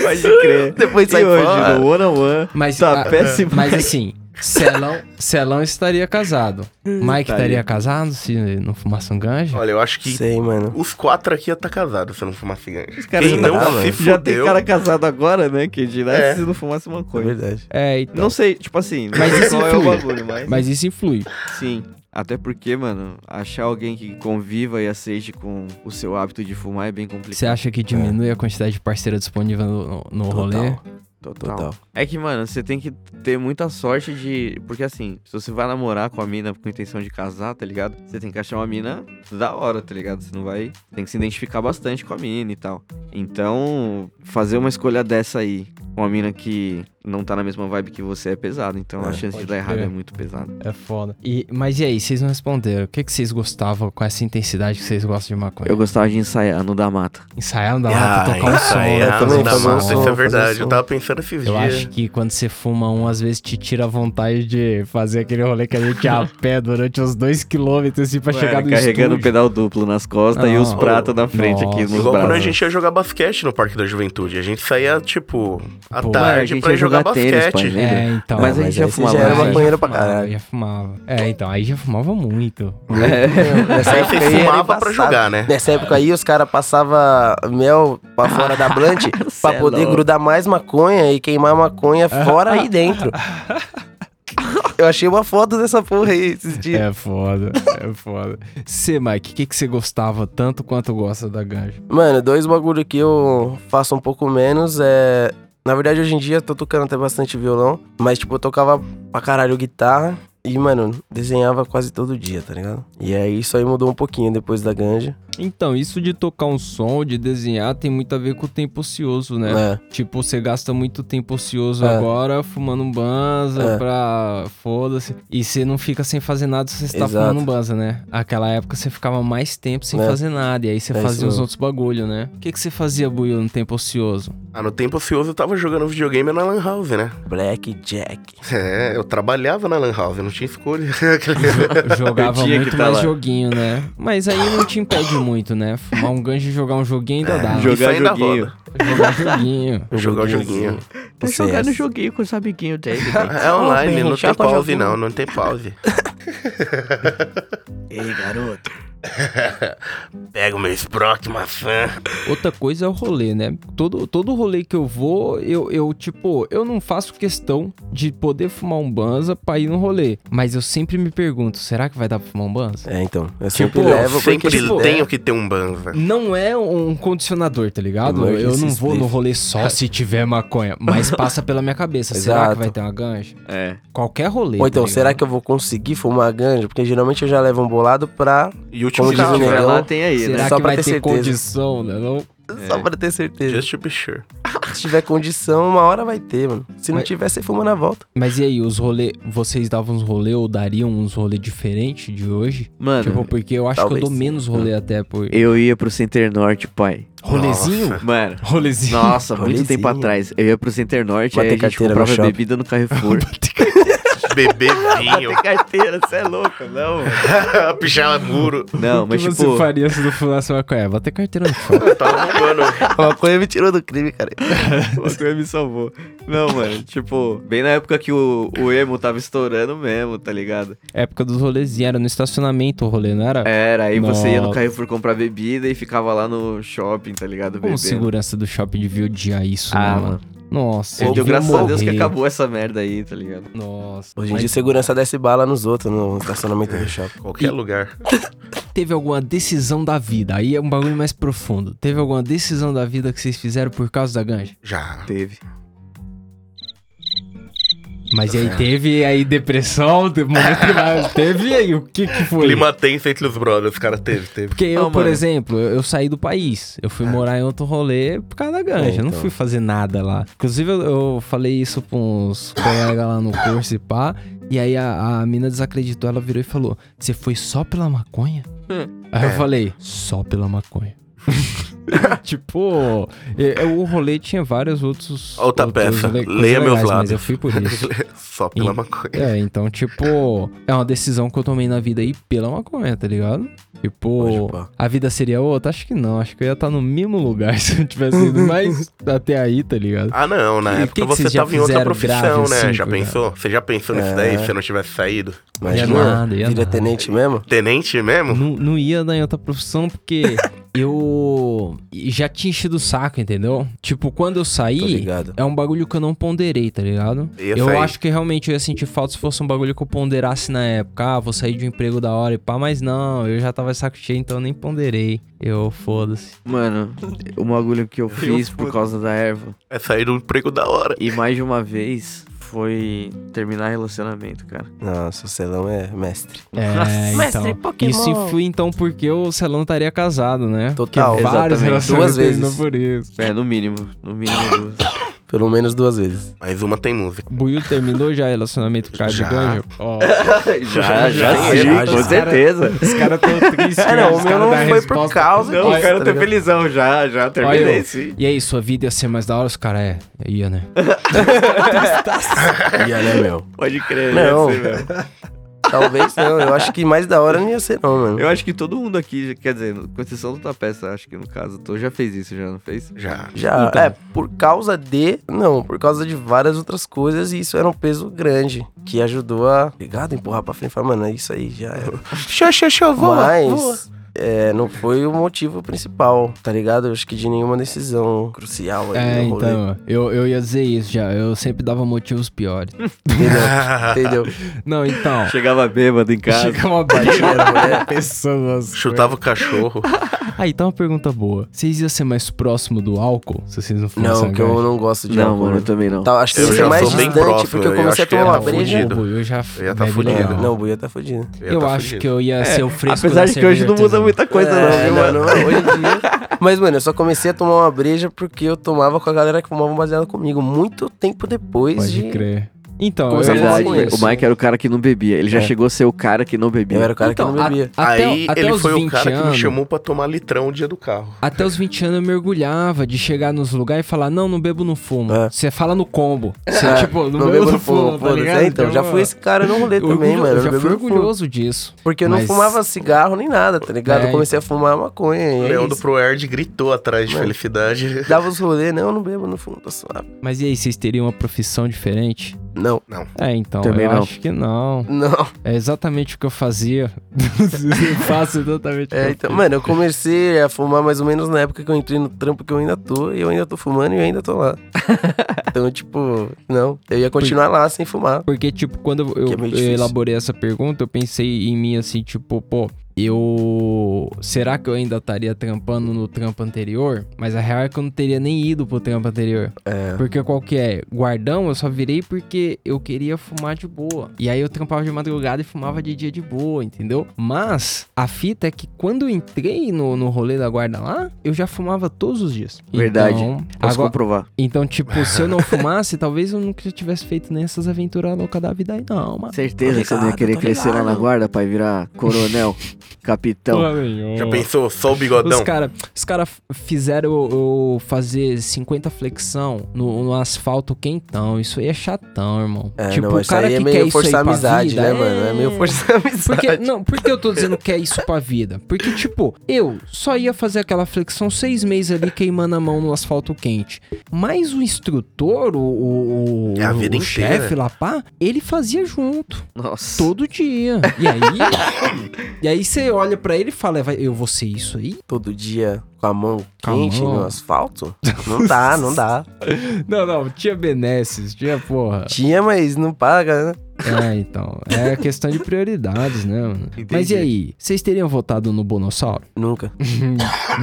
[SPEAKER 1] Pode crer.
[SPEAKER 2] Depois
[SPEAKER 1] E hoje, no one on one,
[SPEAKER 3] Mas,
[SPEAKER 1] tá
[SPEAKER 3] a-
[SPEAKER 1] péssimo.
[SPEAKER 3] Mas assim, Celão, Celão estaria casado. Mike estaria casado se não fumasse um ganja?
[SPEAKER 4] Olha, eu acho que
[SPEAKER 2] Sei, mano.
[SPEAKER 4] os quatro aqui ia estar tá casados se eu não fumasse gancho.
[SPEAKER 1] Os caras
[SPEAKER 4] Quem
[SPEAKER 1] já-
[SPEAKER 4] não
[SPEAKER 2] tá,
[SPEAKER 4] se
[SPEAKER 2] velho.
[SPEAKER 1] já tem
[SPEAKER 4] fudeu-
[SPEAKER 1] cara casado agora, né? Que dirá
[SPEAKER 4] É.
[SPEAKER 1] se não fumasse uma
[SPEAKER 2] É
[SPEAKER 1] coisa.
[SPEAKER 2] verdade.
[SPEAKER 3] É, então.
[SPEAKER 1] Não sei, tipo assim, não
[SPEAKER 3] Mas
[SPEAKER 1] sei
[SPEAKER 3] isso
[SPEAKER 1] qual é o
[SPEAKER 3] influi.
[SPEAKER 1] bagulho, mas...
[SPEAKER 3] Mas isso influi.
[SPEAKER 1] Sim. Até porque, mano, achar alguém que conviva e aceite com o seu hábito de fumar é bem complicado.
[SPEAKER 3] Você acha que diminui a quantidade de parceira disponível no, no- no rolê?
[SPEAKER 1] Total. É que, mano, você tem que ter muita sorte de. Porque assim, se você vai namorar com a mina com intenção de casar, tá ligado? Você tem que achar uma mina da hora, tá ligado? Você não vai. Tem que se identificar bastante com a mina e tal. Então, fazer uma escolha dessa aí, com a mina que não tá na mesma vibe que você, é pesado. Então
[SPEAKER 2] É,
[SPEAKER 1] a chance de
[SPEAKER 3] pode
[SPEAKER 1] dar errado
[SPEAKER 3] crer.
[SPEAKER 1] é muito pesada.
[SPEAKER 3] É foda. E, mas e aí, vocês não responderam. O que, que vocês gostavam com essa intensidade que vocês gostam de maconha?
[SPEAKER 1] Eu gostava de ensaiar no da mata.
[SPEAKER 3] Ensaiar da lata, tocar um som.
[SPEAKER 4] ensaiar,
[SPEAKER 3] né?
[SPEAKER 2] eu também
[SPEAKER 4] É, não dá
[SPEAKER 2] fazer um
[SPEAKER 4] mais,
[SPEAKER 2] som,
[SPEAKER 4] Isso
[SPEAKER 2] fazer
[SPEAKER 4] é
[SPEAKER 2] um
[SPEAKER 4] verdade. Eu
[SPEAKER 2] som.
[SPEAKER 4] tava pensando esses
[SPEAKER 3] Eu
[SPEAKER 4] dias.
[SPEAKER 3] acho que quando você fuma um, às vezes te tira a vontade de fazer aquele rolê que a gente ia a pé durante uns dois quilômetros assim pra
[SPEAKER 1] Mano,
[SPEAKER 3] chegar no
[SPEAKER 1] carregando o
[SPEAKER 3] estúdio.
[SPEAKER 1] pedal duplo nas costas e
[SPEAKER 3] Não.
[SPEAKER 1] os pratos na frente aqui
[SPEAKER 3] Nossa.
[SPEAKER 1] nos <laughs>
[SPEAKER 4] Igual quando a
[SPEAKER 1] braços.
[SPEAKER 4] gente ia jogar basquete no Parque da Juventude. A gente saía, tipo, à
[SPEAKER 3] Pô,
[SPEAKER 1] Mano, a
[SPEAKER 4] tarde
[SPEAKER 1] gente
[SPEAKER 4] pra
[SPEAKER 1] ia
[SPEAKER 4] ir jogar,
[SPEAKER 1] jogar tênis,
[SPEAKER 4] basquete.
[SPEAKER 1] pai, né?
[SPEAKER 3] É, então.
[SPEAKER 1] Mas a gente já
[SPEAKER 2] aí você
[SPEAKER 1] fumava,
[SPEAKER 2] Já era
[SPEAKER 1] né?
[SPEAKER 2] maconheiro pra
[SPEAKER 3] fumava,
[SPEAKER 2] caralho.
[SPEAKER 3] Já fumava. É, então, aí já fumava muito.
[SPEAKER 1] É.
[SPEAKER 2] Nessa
[SPEAKER 4] Aí
[SPEAKER 2] época
[SPEAKER 4] você
[SPEAKER 2] aí era
[SPEAKER 4] fumava pra
[SPEAKER 2] embaçado.
[SPEAKER 4] jogar, né?
[SPEAKER 2] Nessa época aí, os caras passavam mel pra fora da blunt
[SPEAKER 1] <laughs> Cê
[SPEAKER 2] pra
[SPEAKER 1] é
[SPEAKER 2] poder
[SPEAKER 1] louco.
[SPEAKER 2] grudar mais maconha e queimar maconha fora aí dentro. Eu achei uma foto dessa porra aí esses dias.
[SPEAKER 3] É foda, é foda. Você, Mike, o que, que você gostava tanto quanto gosta da ganja?
[SPEAKER 2] Mano, dois bagulho que eu faço um pouco menos é. Na verdade, hoje em dia eu tô tocando até bastante violão, mas tipo, eu tocava pra caralho guitarra e, mano, desenhava quase todo dia, tá ligado? E aí isso aí mudou um pouquinho depois da ganja.
[SPEAKER 3] Então, isso de tocar um som, de desenhar, tem muito a ver com o tempo ocioso,
[SPEAKER 1] É.
[SPEAKER 3] né?
[SPEAKER 2] né?
[SPEAKER 3] Tipo, você gasta muito tempo ocioso
[SPEAKER 2] É.
[SPEAKER 3] agora fumando um banza
[SPEAKER 2] É.
[SPEAKER 3] pra. Foda-se. E você não fica sem fazer nada se você está
[SPEAKER 2] Exato.
[SPEAKER 3] fumando um banza, né? Aquela época você ficava mais tempo sem
[SPEAKER 2] É.
[SPEAKER 3] fazer nada. E aí você
[SPEAKER 2] É isso
[SPEAKER 3] fazia os
[SPEAKER 2] mesmo.
[SPEAKER 3] outros bagulho, né? O que, que você fazia, Buiu, no tempo ocioso?
[SPEAKER 4] Ah, no tempo ocioso eu tava jogando videogame na Lan House, né? <laughs>
[SPEAKER 2] Black Jack.
[SPEAKER 4] É, eu trabalhava na Lan House, não tinha escolha.
[SPEAKER 3] Jogava
[SPEAKER 1] tinha que
[SPEAKER 3] muito
[SPEAKER 1] tá
[SPEAKER 3] mais
[SPEAKER 1] lá.
[SPEAKER 3] joguinho, né? Mas aí não te impede muito, né? Fumar um gancho e jogar um joguinho ainda dá.
[SPEAKER 4] jogo-
[SPEAKER 1] Jogar
[SPEAKER 4] ainda
[SPEAKER 1] joguinho.
[SPEAKER 3] Jogar um joguinho.
[SPEAKER 4] Jogar
[SPEAKER 2] joguinhozinho.
[SPEAKER 4] joguinho.
[SPEAKER 1] Tá
[SPEAKER 2] Um
[SPEAKER 1] jogando
[SPEAKER 2] CS.
[SPEAKER 1] joguinho com os amiguinhos dele. né?
[SPEAKER 3] <laughs>
[SPEAKER 4] É online, não tem
[SPEAKER 2] chapa
[SPEAKER 4] pause
[SPEAKER 2] joguinho.
[SPEAKER 4] não, não tem pause.
[SPEAKER 2] Ei, garoto.
[SPEAKER 4] <laughs> Pega o meu Sprock, maçã.
[SPEAKER 3] Outra coisa é o rolê, né? Todo, todo rolê que eu vou, eu, eu, tipo, eu não faço questão de poder fumar um banza pra ir no rolê. Mas eu sempre me pergunto, será que vai dar pra fumar um banza?
[SPEAKER 2] É, então. Eu sempre
[SPEAKER 3] Tipo,
[SPEAKER 2] levo
[SPEAKER 4] Sempre
[SPEAKER 2] porque, tipo,
[SPEAKER 4] tenho que ter um banza.
[SPEAKER 3] Não é um condicionador, tá ligado?
[SPEAKER 2] Emergency
[SPEAKER 3] Eu não vou no
[SPEAKER 2] spliff.
[SPEAKER 3] rolê só se tiver maconha, mas passa pela minha cabeça. Será que
[SPEAKER 2] Exato.
[SPEAKER 3] vai ter uma ganja?
[SPEAKER 1] É.
[SPEAKER 3] Qualquer rolê.
[SPEAKER 2] Ou então,
[SPEAKER 3] tá
[SPEAKER 2] será
[SPEAKER 3] ligado?
[SPEAKER 2] que eu vou conseguir fumar ganja? Porque geralmente eu já levo um bolado pra.
[SPEAKER 4] E último
[SPEAKER 2] Como diz
[SPEAKER 1] Se
[SPEAKER 2] o
[SPEAKER 4] caso,
[SPEAKER 1] tiver
[SPEAKER 2] negão,
[SPEAKER 1] lá, tem aí, né?
[SPEAKER 3] Será
[SPEAKER 2] Só
[SPEAKER 3] que
[SPEAKER 2] pra
[SPEAKER 3] vai ter
[SPEAKER 2] ter certeza.
[SPEAKER 3] condição, né? Não?
[SPEAKER 2] Só pra ter certeza.
[SPEAKER 4] just to be sure.
[SPEAKER 2] Se tiver condição, uma hora vai ter, mano. Se não
[SPEAKER 3] Mas-
[SPEAKER 2] tiver, você fuma na volta.
[SPEAKER 3] Mas e aí, os rolê, vocês davam uns rolê ou dariam uns rolê diferente de hoje?
[SPEAKER 1] Mano,
[SPEAKER 3] Tipo, porque eu acho
[SPEAKER 2] talvez.
[SPEAKER 3] que eu dou menos rolê até por.
[SPEAKER 1] eu ia pro Center Norte, pai.
[SPEAKER 3] Rolezinho?
[SPEAKER 2] <laughs>
[SPEAKER 4] Nossa.
[SPEAKER 1] Mano.
[SPEAKER 3] Rolezinho. <laughs>
[SPEAKER 1] Nossa, muito
[SPEAKER 2] Rolezinho.
[SPEAKER 1] tempo atrás. Eu ia pro Center Norte, aí
[SPEAKER 2] Bater
[SPEAKER 1] a gente
[SPEAKER 2] carteira no
[SPEAKER 1] comprava
[SPEAKER 2] shopping.
[SPEAKER 1] bebida no
[SPEAKER 2] <laughs>
[SPEAKER 1] Carrefour.
[SPEAKER 3] Ah,
[SPEAKER 4] Bebezinho,
[SPEAKER 1] carteira, você é louco, não?
[SPEAKER 4] pichava muro.
[SPEAKER 1] Não, mas tipo,
[SPEAKER 3] faria se não fumasse maconha? é, Vou ter carteira no shopping.
[SPEAKER 1] <laughs>
[SPEAKER 4] Eu tava
[SPEAKER 2] <laughs>
[SPEAKER 4] roubando.
[SPEAKER 2] A maconha me tirou do crime, cara.
[SPEAKER 1] o bagulho me salvou. Não, mano, tipo, bem na época que o, o emo tava estourando mesmo, tá ligado?
[SPEAKER 3] Época dos rolezinhos, era no estacionamento o rolê, não era?
[SPEAKER 1] Era, aí você ia no
[SPEAKER 3] Nossa.
[SPEAKER 1] Carrefour comprar bebida e ficava lá no shopping, tá ligado?
[SPEAKER 3] Como
[SPEAKER 1] Bebendo.
[SPEAKER 3] segurança do shopping devia odiar isso,
[SPEAKER 1] Ah,
[SPEAKER 3] né,
[SPEAKER 1] mano.
[SPEAKER 3] mano? Nossa,
[SPEAKER 1] Ele
[SPEAKER 3] eu
[SPEAKER 1] deu
[SPEAKER 3] devia
[SPEAKER 1] graças a Deus que
[SPEAKER 3] morrer.
[SPEAKER 1] acabou essa merda aí, tá ligado?
[SPEAKER 3] Nossa.
[SPEAKER 2] Hoje em
[SPEAKER 3] Mas É.
[SPEAKER 2] dia, segurança desce bala nos outros no estacionamento do shopping.
[SPEAKER 4] Qualquer lugar.
[SPEAKER 3] teve alguma decisão da vida? Aí é um bagulho mais profundo. Teve alguma decisão da vida que vocês fizeram por causa da ganja?
[SPEAKER 4] Já.
[SPEAKER 1] Teve.
[SPEAKER 3] Mas e aí teve aí depressão, <laughs> teve momento que mais- teve e aí o que que foi?
[SPEAKER 4] Clima tenso entre os brothers, cara, teve, teve.
[SPEAKER 3] Porque eu,
[SPEAKER 1] Não,
[SPEAKER 3] por
[SPEAKER 1] mano.
[SPEAKER 3] exemplo, eu eu saí do país. Eu
[SPEAKER 4] É.
[SPEAKER 3] fui morar em outro rolê por causa da ganja.
[SPEAKER 2] É,
[SPEAKER 3] Eu não
[SPEAKER 2] então.
[SPEAKER 3] fui fazer nada lá. Inclusive, eu, eu falei isso pra uns colegas lá no curso e pá. E aí a, a mina desacreditou, ela virou e falou: Você foi só pela maconha?
[SPEAKER 4] Hum.
[SPEAKER 3] Aí
[SPEAKER 4] É.
[SPEAKER 3] eu falei, só pela maconha. <laughs> tipo, é- é, o rolê tinha vários outros.
[SPEAKER 4] Outra
[SPEAKER 3] outros
[SPEAKER 4] peça.
[SPEAKER 3] le- coisas
[SPEAKER 4] Leia meus
[SPEAKER 3] legais, Mas
[SPEAKER 4] lábios.
[SPEAKER 3] eu fui por
[SPEAKER 4] <laughs>
[SPEAKER 3] isso.
[SPEAKER 4] Só pela
[SPEAKER 3] E-
[SPEAKER 4] maconha.
[SPEAKER 3] É, então, tipo, é uma decisão que eu tomei na vida aí pela maconha, tá ligado?
[SPEAKER 2] Pode
[SPEAKER 3] Tipo,
[SPEAKER 2] pá.
[SPEAKER 3] a vida seria outra? Acho que não. Acho que eu ia estar no mesmo lugar <laughs> se eu tivesse ido mais até aí, tá ligado?
[SPEAKER 4] Ah, não, na
[SPEAKER 3] E
[SPEAKER 4] época
[SPEAKER 3] que que
[SPEAKER 4] você
[SPEAKER 3] vocês já
[SPEAKER 4] tava em outra
[SPEAKER 3] fizeram
[SPEAKER 4] profissão,
[SPEAKER 3] grave,
[SPEAKER 4] né?
[SPEAKER 3] assim,
[SPEAKER 4] já
[SPEAKER 3] por exemplo?
[SPEAKER 4] pensou? Você já pensou nisso
[SPEAKER 2] É.
[SPEAKER 4] daí, se você não tivesse saído?
[SPEAKER 3] Ia
[SPEAKER 2] Imagina,
[SPEAKER 3] é nada, ia
[SPEAKER 2] vira
[SPEAKER 3] nada.
[SPEAKER 2] tenente mesmo?
[SPEAKER 4] Tenente mesmo?
[SPEAKER 3] Não, não ia dar em outra
[SPEAKER 2] <laughs>
[SPEAKER 3] profissão porque eu já tinha enchido o saco, entendeu? Tipo, quando eu
[SPEAKER 2] Tô
[SPEAKER 3] saí,
[SPEAKER 2] ligado.
[SPEAKER 3] é um bagulho que eu não ponderei, tá ligado?
[SPEAKER 4] Ia
[SPEAKER 3] eu
[SPEAKER 4] sair.
[SPEAKER 3] acho que realmente eu ia sentir falta se fosse um bagulho que eu ponderasse na época. Ah, vou sair de um emprego da hora e pá, mas não, eu já tava de saco cheio, então eu nem ponderei. Eu foda-se.
[SPEAKER 1] Mano, o bagulho que eu fiz por causa da erva,
[SPEAKER 4] É sair do emprego da hora.
[SPEAKER 1] e mais de uma vez, foi terminar relacionamento, cara.
[SPEAKER 2] Nossa, o Celão é mestre.
[SPEAKER 3] É,
[SPEAKER 2] Mestre
[SPEAKER 3] então.
[SPEAKER 2] Pokémon.
[SPEAKER 3] Isso influi então porque o Celão estaria casado, né?
[SPEAKER 2] Total.
[SPEAKER 3] Porque vários
[SPEAKER 1] Exatamente.
[SPEAKER 3] relacionamentos
[SPEAKER 2] Duas vezes.
[SPEAKER 3] terminam por isso.
[SPEAKER 1] É, no mínimo, no mínimo duas.
[SPEAKER 2] Pelo menos duas vezes.
[SPEAKER 4] Mas uma tem música.
[SPEAKER 3] Buiu terminou já relacionamento com cara de
[SPEAKER 4] Já.
[SPEAKER 3] ganja?
[SPEAKER 2] <laughs>
[SPEAKER 3] Ó.
[SPEAKER 1] <laughs> já, já,
[SPEAKER 2] já,
[SPEAKER 1] sim,
[SPEAKER 2] já,
[SPEAKER 1] com
[SPEAKER 2] já.
[SPEAKER 1] <laughs> certeza.
[SPEAKER 3] Os caras tão tristes.
[SPEAKER 2] É, não, o meu não foi por causa
[SPEAKER 1] Não,
[SPEAKER 2] disso,
[SPEAKER 1] o cara
[SPEAKER 2] tá
[SPEAKER 1] tá
[SPEAKER 2] ligado?
[SPEAKER 1] felizão, já, já
[SPEAKER 3] Olha
[SPEAKER 1] terminei
[SPEAKER 3] eu.
[SPEAKER 1] sim.
[SPEAKER 3] E aí, sua vida ia ser mais da hora? Os caras, é, ia, né?
[SPEAKER 2] Ia, né, meu?
[SPEAKER 1] Pode crer,
[SPEAKER 2] Não.
[SPEAKER 1] né, assim, velho.
[SPEAKER 2] Talvez não. Eu acho que mais da hora não ia ser, não, mano.
[SPEAKER 1] Eu acho que todo mundo aqui, quer dizer, com exceção do Tapeça, acho que no caso, tu já fez isso, já não fez?
[SPEAKER 4] Já.
[SPEAKER 2] Já,
[SPEAKER 3] Então.
[SPEAKER 2] é, por causa de. Não, por causa de várias outras coisas, e isso era um peso grande. Que ajudou a. Ligado? Empurrar pra frente e falar, mano, é isso aí, já era.
[SPEAKER 4] Xô, xô, xô,
[SPEAKER 2] Mas. É, não foi o motivo principal, tá ligado? Eu acho que de nenhuma decisão crucial aí
[SPEAKER 3] É,
[SPEAKER 2] no rolê.
[SPEAKER 3] então, eu, eu ia dizer isso já. Eu sempre dava motivos
[SPEAKER 2] <laughs>
[SPEAKER 3] piores.
[SPEAKER 2] Entendeu? Entendeu?
[SPEAKER 3] Não, então.
[SPEAKER 1] Chegava bêbado em casa.
[SPEAKER 3] Chega uma
[SPEAKER 2] né?
[SPEAKER 3] baixada né? pessoas.
[SPEAKER 4] Chutava o
[SPEAKER 3] <laughs>
[SPEAKER 4] cachorro.
[SPEAKER 3] Ah, então uma pergunta boa. Vocês iam ser mais próximo do álcool se vocês não fossem
[SPEAKER 2] Não, que eu não gosto de
[SPEAKER 1] Não,
[SPEAKER 2] álcool,
[SPEAKER 1] mano, eu
[SPEAKER 2] mano.
[SPEAKER 1] também não.
[SPEAKER 2] Tá, acho que
[SPEAKER 4] Eu
[SPEAKER 2] ia
[SPEAKER 4] já
[SPEAKER 2] ser mais
[SPEAKER 4] sou bem
[SPEAKER 2] distante,
[SPEAKER 4] próximo,
[SPEAKER 2] porque eu
[SPEAKER 4] eu
[SPEAKER 2] comecei a
[SPEAKER 4] acho que ia
[SPEAKER 2] tomar uma
[SPEAKER 4] tá
[SPEAKER 2] breja.
[SPEAKER 4] fudido.
[SPEAKER 3] Eu já
[SPEAKER 4] ia tá
[SPEAKER 3] bebe
[SPEAKER 4] fudido.
[SPEAKER 3] legal.
[SPEAKER 2] Não, o Buia tá fudido.
[SPEAKER 4] Ia
[SPEAKER 3] Eu
[SPEAKER 4] tá
[SPEAKER 3] acho
[SPEAKER 4] fudido.
[SPEAKER 3] que eu ia ser o fresco
[SPEAKER 1] Apesar de
[SPEAKER 3] da
[SPEAKER 1] que hoje
[SPEAKER 3] cerveja
[SPEAKER 1] não muda
[SPEAKER 3] artesanal.
[SPEAKER 1] muita coisa, não,
[SPEAKER 2] É,
[SPEAKER 1] viu, mano?
[SPEAKER 2] não, hoje em dia. <laughs> Mas, mano, eu só comecei a tomar uma breja porque eu tomava com a galera que fumava um baseado comigo. Muito tempo depois
[SPEAKER 3] Pode
[SPEAKER 2] de.
[SPEAKER 3] crer. Então,
[SPEAKER 2] Começar
[SPEAKER 3] eu ia
[SPEAKER 2] a falar
[SPEAKER 1] é Verdade,
[SPEAKER 3] dizer
[SPEAKER 2] com
[SPEAKER 1] velho.
[SPEAKER 2] isso.
[SPEAKER 1] o Mike era o cara que não bebia. Ele já
[SPEAKER 2] É.
[SPEAKER 1] chegou a ser o cara que não bebia.
[SPEAKER 2] Eu era o cara
[SPEAKER 3] Então,
[SPEAKER 2] que não bebia.
[SPEAKER 3] a- até,
[SPEAKER 4] Aí
[SPEAKER 3] até
[SPEAKER 4] ele
[SPEAKER 3] os
[SPEAKER 4] foi o
[SPEAKER 3] 20
[SPEAKER 4] cara que me
[SPEAKER 3] anos-
[SPEAKER 4] chamou pra tomar litrão o dia do carro.
[SPEAKER 3] Até os 20 anos eu mergulhava de chegar nos lugares e falar, não, não bebo, não fumo.
[SPEAKER 2] É.
[SPEAKER 3] Você fala no combo. Você,
[SPEAKER 2] É,
[SPEAKER 3] tipo, <laughs> não, bebo, não fumo, tá
[SPEAKER 2] foda-se.
[SPEAKER 3] ligado?
[SPEAKER 2] É, então, já
[SPEAKER 3] uma-
[SPEAKER 2] fui esse cara no rolê também,
[SPEAKER 3] Orgulho-
[SPEAKER 2] mano.
[SPEAKER 3] Eu já
[SPEAKER 2] bebo
[SPEAKER 3] fui
[SPEAKER 2] no fumo.
[SPEAKER 3] orgulhoso disso.
[SPEAKER 2] Porque eu
[SPEAKER 3] Mas-
[SPEAKER 2] não fumava cigarro nem nada, tá ligado?
[SPEAKER 3] É,
[SPEAKER 2] eu comecei a fumar maconha.
[SPEAKER 4] O
[SPEAKER 2] E aí,
[SPEAKER 4] Leandro Proerd gritou atrás de felicidade.
[SPEAKER 2] dava os rolês, não, eu não bebo no fumo, tá suave.
[SPEAKER 3] Mas e aí, vocês teriam uma profissão diferente?
[SPEAKER 2] Não,
[SPEAKER 3] É, então,
[SPEAKER 1] Também
[SPEAKER 3] eu
[SPEAKER 1] não.
[SPEAKER 3] acho que não.
[SPEAKER 2] não.
[SPEAKER 3] É exatamente o que eu fazia. <laughs> eu faço exatamente o que
[SPEAKER 2] É,
[SPEAKER 3] eu
[SPEAKER 2] então,
[SPEAKER 3] fiz.
[SPEAKER 2] mano, eu comecei a fumar mais ou menos na época que eu entrei no trampo que eu ainda tô, e eu ainda tô fumando e eu ainda <laughs> tô lá. então, tipo, não, eu ia continuar lá sem fumar.
[SPEAKER 3] Porque, tipo, quando eu,
[SPEAKER 2] Que é meio
[SPEAKER 3] eu
[SPEAKER 2] difícil.
[SPEAKER 3] elaborei essa pergunta, eu pensei em mim assim, tipo, pô, eu. Será que eu ainda estaria trampando no trampo anterior? Mas a real é que eu não teria nem ido pro trampo anterior.
[SPEAKER 2] É.
[SPEAKER 3] Porque qual que é? Guardão, eu só virei porque eu queria fumar de boa. E aí eu trampava de madrugada e fumava de dia de boa, entendeu? Mas a fita é que quando eu entrei no, no rolê da guarda lá, eu já fumava todos os dias.
[SPEAKER 1] Verdade.
[SPEAKER 3] Então,
[SPEAKER 1] Posso
[SPEAKER 3] agora-
[SPEAKER 1] comprovar.
[SPEAKER 3] então, tipo, se eu não fumasse, <laughs> talvez eu nunca tivesse feito nem essas aventuras loucas da vida aí, não, mano.
[SPEAKER 1] Certeza que você não ia
[SPEAKER 2] ligado,
[SPEAKER 1] querer
[SPEAKER 2] tô
[SPEAKER 1] crescer lá na
[SPEAKER 2] ligado.
[SPEAKER 1] guarda pra virar
[SPEAKER 3] <laughs>
[SPEAKER 1] coronel,
[SPEAKER 2] Então,
[SPEAKER 1] capitão.
[SPEAKER 3] É.
[SPEAKER 4] Já pensou? Só o bigodão?
[SPEAKER 3] Os caras os cara f- fizeram eu eu fazer 50 flexão no, no asfalto quentão. Isso aí é chatão, irmão.
[SPEAKER 2] É,
[SPEAKER 3] tipo,
[SPEAKER 2] não,
[SPEAKER 3] o
[SPEAKER 2] isso
[SPEAKER 3] cara
[SPEAKER 2] aí é
[SPEAKER 3] que
[SPEAKER 2] meio
[SPEAKER 3] quer isso aí
[SPEAKER 2] forçar
[SPEAKER 3] pra
[SPEAKER 2] a amizade,
[SPEAKER 3] vida,
[SPEAKER 2] né, mano? É meio forçar a amizade.
[SPEAKER 3] Porque, não, por que eu tô dizendo que é isso pra vida? Porque, tipo, eu só ia fazer aquela flexão seis meses ali queimando a mão no asfalto quente. Mas o instrutor, o, o, o-
[SPEAKER 4] É a vida
[SPEAKER 3] o chefe
[SPEAKER 4] inteira.
[SPEAKER 3] lá, pá, ele fazia junto.
[SPEAKER 1] Nossa.
[SPEAKER 3] Todo dia. E aí. e aí você olha pra ele e fala: "Vai- Eu vou ser isso aí?
[SPEAKER 2] <laughs> Todo dia com a mão
[SPEAKER 3] Com a
[SPEAKER 2] quente
[SPEAKER 3] mão.
[SPEAKER 2] no asfalto?
[SPEAKER 3] <laughs>
[SPEAKER 2] Não dá, não dá.
[SPEAKER 3] Não, não, tinha benesses, tinha porra.
[SPEAKER 2] Tinha, mas não paga, né?
[SPEAKER 3] É, então. É questão de prioridades, né, mano?
[SPEAKER 4] Entendi.
[SPEAKER 3] Mas e aí? Vocês teriam votado no Bonossauro?
[SPEAKER 2] Nunca.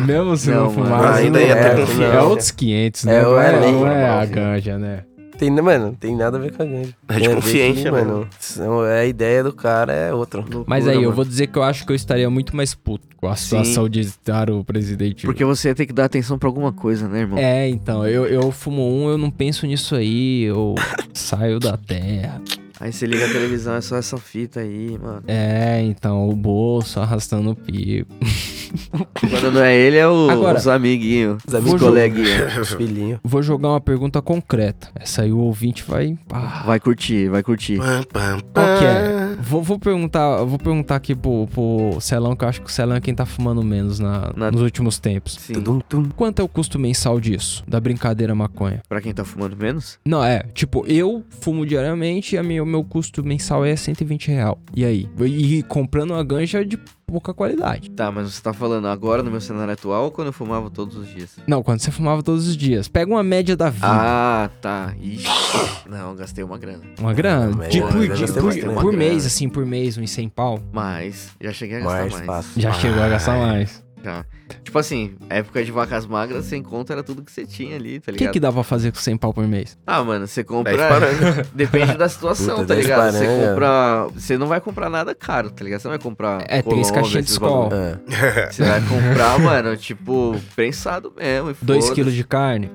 [SPEAKER 3] Mesmo se não,
[SPEAKER 1] Não, mano.
[SPEAKER 3] fumasse.
[SPEAKER 4] Ainda
[SPEAKER 3] não
[SPEAKER 4] ia ter
[SPEAKER 3] é,
[SPEAKER 4] confiança.
[SPEAKER 3] É outros 500, né?
[SPEAKER 2] É,
[SPEAKER 3] não,
[SPEAKER 2] ou é
[SPEAKER 3] é,
[SPEAKER 2] lei,
[SPEAKER 3] não é a
[SPEAKER 2] normal.
[SPEAKER 3] ganja, né?
[SPEAKER 2] Tem, mano, não tem nada a ver com a ganja.
[SPEAKER 4] É de
[SPEAKER 2] Tem a ver
[SPEAKER 4] consciência,
[SPEAKER 2] que,
[SPEAKER 4] mano.
[SPEAKER 2] são- é, a ideia do cara é outra.
[SPEAKER 3] <laughs>
[SPEAKER 2] Loucura,
[SPEAKER 3] Mas aí, eu
[SPEAKER 2] mano.
[SPEAKER 3] vou dizer que eu acho que eu estaria muito mais puto com a situação de estar o presidente.
[SPEAKER 1] Porque você ia ter que dar atenção pra alguma coisa, né, irmão?
[SPEAKER 3] É, então, eu, eu fumo um, eu não penso nisso aí, eu saio da terra.
[SPEAKER 1] Aí você liga a televisão, é só essa fita aí, mano.
[SPEAKER 3] É, então, o bolso arrastando o pico.
[SPEAKER 1] Quando não é ele, é o-
[SPEAKER 3] Agora-
[SPEAKER 1] os amiguinhos,
[SPEAKER 2] Os
[SPEAKER 1] os
[SPEAKER 2] amigos.
[SPEAKER 1] coleguinhas.
[SPEAKER 2] Os filhinhos.
[SPEAKER 3] Vou jogar uma pergunta concreta. Essa aí o ouvinte vai. Ah,
[SPEAKER 1] Vai curtir, vai curtir.
[SPEAKER 4] Pam, pam, pam.
[SPEAKER 3] Qual que é? Vou, vou perguntar, vou perguntar aqui pro, pro Celão, que eu acho que o Celão é quem tá fumando menos na-
[SPEAKER 1] Na-
[SPEAKER 3] nos últimos tempos.
[SPEAKER 1] Sim.
[SPEAKER 2] Tudum, tum.
[SPEAKER 3] Quanto é o custo mensal disso? Da brincadeira maconha?
[SPEAKER 1] Pra quem tá fumando menos?
[SPEAKER 3] Não, é, tipo, eu fumo diariamente e a minha- o meu custo mensal é 120 real. E aí? E comprando uma ganja de pouca qualidade.
[SPEAKER 1] Tá, mas você tá falando agora no meu cenário atual ou quando eu fumava todos os dias?
[SPEAKER 3] Não, quando você fumava todos os dias. Pega uma média da vida.
[SPEAKER 1] Ah, tá. Ixi. Não, gastei uma grana.
[SPEAKER 3] Uma grana.
[SPEAKER 2] Não,
[SPEAKER 3] De,
[SPEAKER 2] mas
[SPEAKER 3] por,
[SPEAKER 2] já
[SPEAKER 3] de-
[SPEAKER 2] gastei
[SPEAKER 3] por-
[SPEAKER 2] bastante, né?
[SPEAKER 3] por mês, assim, por mês, uns 100 pau.
[SPEAKER 1] Mas já cheguei a gastar
[SPEAKER 2] Mais
[SPEAKER 1] mais.
[SPEAKER 2] fácil.
[SPEAKER 1] Ah,
[SPEAKER 3] Já chegou a gastar mais.
[SPEAKER 1] Tipo assim, época de vacas magras, sem conta era tudo que você tinha ali, tá
[SPEAKER 3] O que,
[SPEAKER 1] ligado?
[SPEAKER 3] que dá pra fazer com 100 pau por mês?
[SPEAKER 1] Ah, mano, você compra.
[SPEAKER 4] Dez parangas.
[SPEAKER 1] <laughs> Depende da situação,
[SPEAKER 2] Puta,
[SPEAKER 1] tá
[SPEAKER 2] dez
[SPEAKER 1] ligado? Você
[SPEAKER 2] paranga.
[SPEAKER 1] compra. Você não vai comprar nada caro, tá ligado? Você não vai comprar.
[SPEAKER 3] É, três
[SPEAKER 1] Colômbia,
[SPEAKER 3] caixinhas de
[SPEAKER 1] esses
[SPEAKER 3] Skol.
[SPEAKER 1] bagulho.
[SPEAKER 2] É.
[SPEAKER 1] Você vai comprar, <laughs> mano, tipo, prensado mesmo. e
[SPEAKER 3] 2
[SPEAKER 1] foda-se.
[SPEAKER 3] quilos de carne?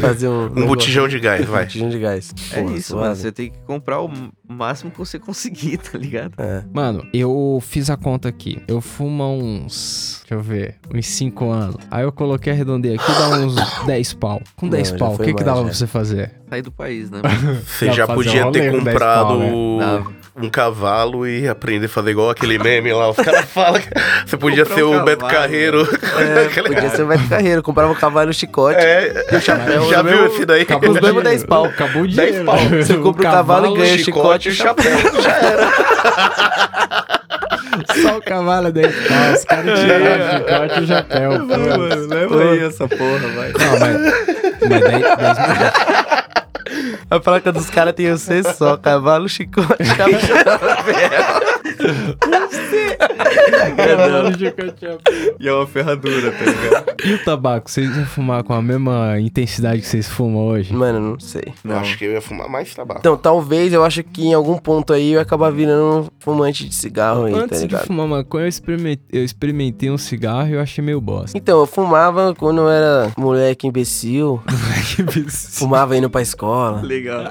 [SPEAKER 2] Fazer
[SPEAKER 3] <laughs>
[SPEAKER 2] um.
[SPEAKER 4] Um botijão de gás,
[SPEAKER 2] Um <laughs>
[SPEAKER 4] vai.
[SPEAKER 2] botijão de gás.
[SPEAKER 1] É
[SPEAKER 2] Porra,
[SPEAKER 1] isso,
[SPEAKER 2] suave.
[SPEAKER 1] mano. Você tem que comprar o máximo que você conseguir, <laughs> tá ligado?
[SPEAKER 2] É.
[SPEAKER 3] Mano, eu fiz a conta aqui. Eu fumo há uns. Deixa eu ver. Uns 5 anos. Aí eu coloquei arredondei aqui, dá
[SPEAKER 2] <coughs>
[SPEAKER 3] uns 10 pau. Com
[SPEAKER 2] Não,
[SPEAKER 3] 10
[SPEAKER 2] já
[SPEAKER 3] pau, o
[SPEAKER 2] foi né?
[SPEAKER 3] que, que
[SPEAKER 2] mais,
[SPEAKER 3] dava
[SPEAKER 2] já.
[SPEAKER 3] pra você fazer?
[SPEAKER 1] Sair do país, né?
[SPEAKER 4] Você
[SPEAKER 3] Dá
[SPEAKER 4] já
[SPEAKER 3] pra fazer um
[SPEAKER 4] podia ter
[SPEAKER 3] rolê com dez
[SPEAKER 4] comprado
[SPEAKER 3] pau, né?
[SPEAKER 1] Dava.
[SPEAKER 4] um cavalo e aprender a fazer igual aquele meme lá. Os caras <laughs> falam que você podia
[SPEAKER 1] Comprar
[SPEAKER 4] ser
[SPEAKER 1] um
[SPEAKER 4] o Beto
[SPEAKER 1] cavalo.
[SPEAKER 4] Carreiro.
[SPEAKER 1] <laughs>
[SPEAKER 4] Aquele-
[SPEAKER 2] Podia ser o Beto Carreiro, comprava o cavalo e o chicote.
[SPEAKER 4] É,
[SPEAKER 2] chapéu,
[SPEAKER 4] <laughs> já
[SPEAKER 2] o meu-
[SPEAKER 4] viu esse
[SPEAKER 2] <laughs>
[SPEAKER 4] daí?
[SPEAKER 2] Acabou
[SPEAKER 4] <laughs>
[SPEAKER 2] os mesmos
[SPEAKER 3] dinheiro.
[SPEAKER 2] 10 pau.
[SPEAKER 3] Acabou o
[SPEAKER 4] 10
[SPEAKER 3] dinheiro.
[SPEAKER 4] pau.
[SPEAKER 2] Você
[SPEAKER 3] O
[SPEAKER 2] compra o cavalo e ganha o
[SPEAKER 4] Chicote
[SPEAKER 2] chicote.
[SPEAKER 4] e chapéu. Já era.
[SPEAKER 3] Só o cavalo é 10 pau. Os caras
[SPEAKER 2] É.
[SPEAKER 3] tiraram o chicote e o chapéu. pô.
[SPEAKER 1] <laughs> Mano, leva aí essa porra, vai.
[SPEAKER 3] Não, mas, mas 10, 10 mil
[SPEAKER 2] A placa dos caras tem você só, cavalo, chicote, <laughs> chapéu.
[SPEAKER 3] reais no chicote e chapéu.
[SPEAKER 1] E é uma ferradura, tá ligado?
[SPEAKER 3] E o tabaco? Vocês iam fumar com a mesma intensidade que vocês fumam hoje?
[SPEAKER 2] Mano, não sei.
[SPEAKER 1] Não.
[SPEAKER 4] Acho que eu ia fumar mais tabaco.
[SPEAKER 2] Então, talvez eu acho que em algum ponto aí eu ia acabar virando um fumante de cigarro aí, tá
[SPEAKER 3] Antes de
[SPEAKER 2] ligado?
[SPEAKER 3] fumar maconha, eu experimentei, eu experimentei um cigarro e eu achei meio bosta.
[SPEAKER 2] Então, eu fumava quando eu era moleque imbecil,
[SPEAKER 3] Que absurdo.
[SPEAKER 2] fumava indo
[SPEAKER 1] <laughs>
[SPEAKER 2] pra escola,
[SPEAKER 1] Legal.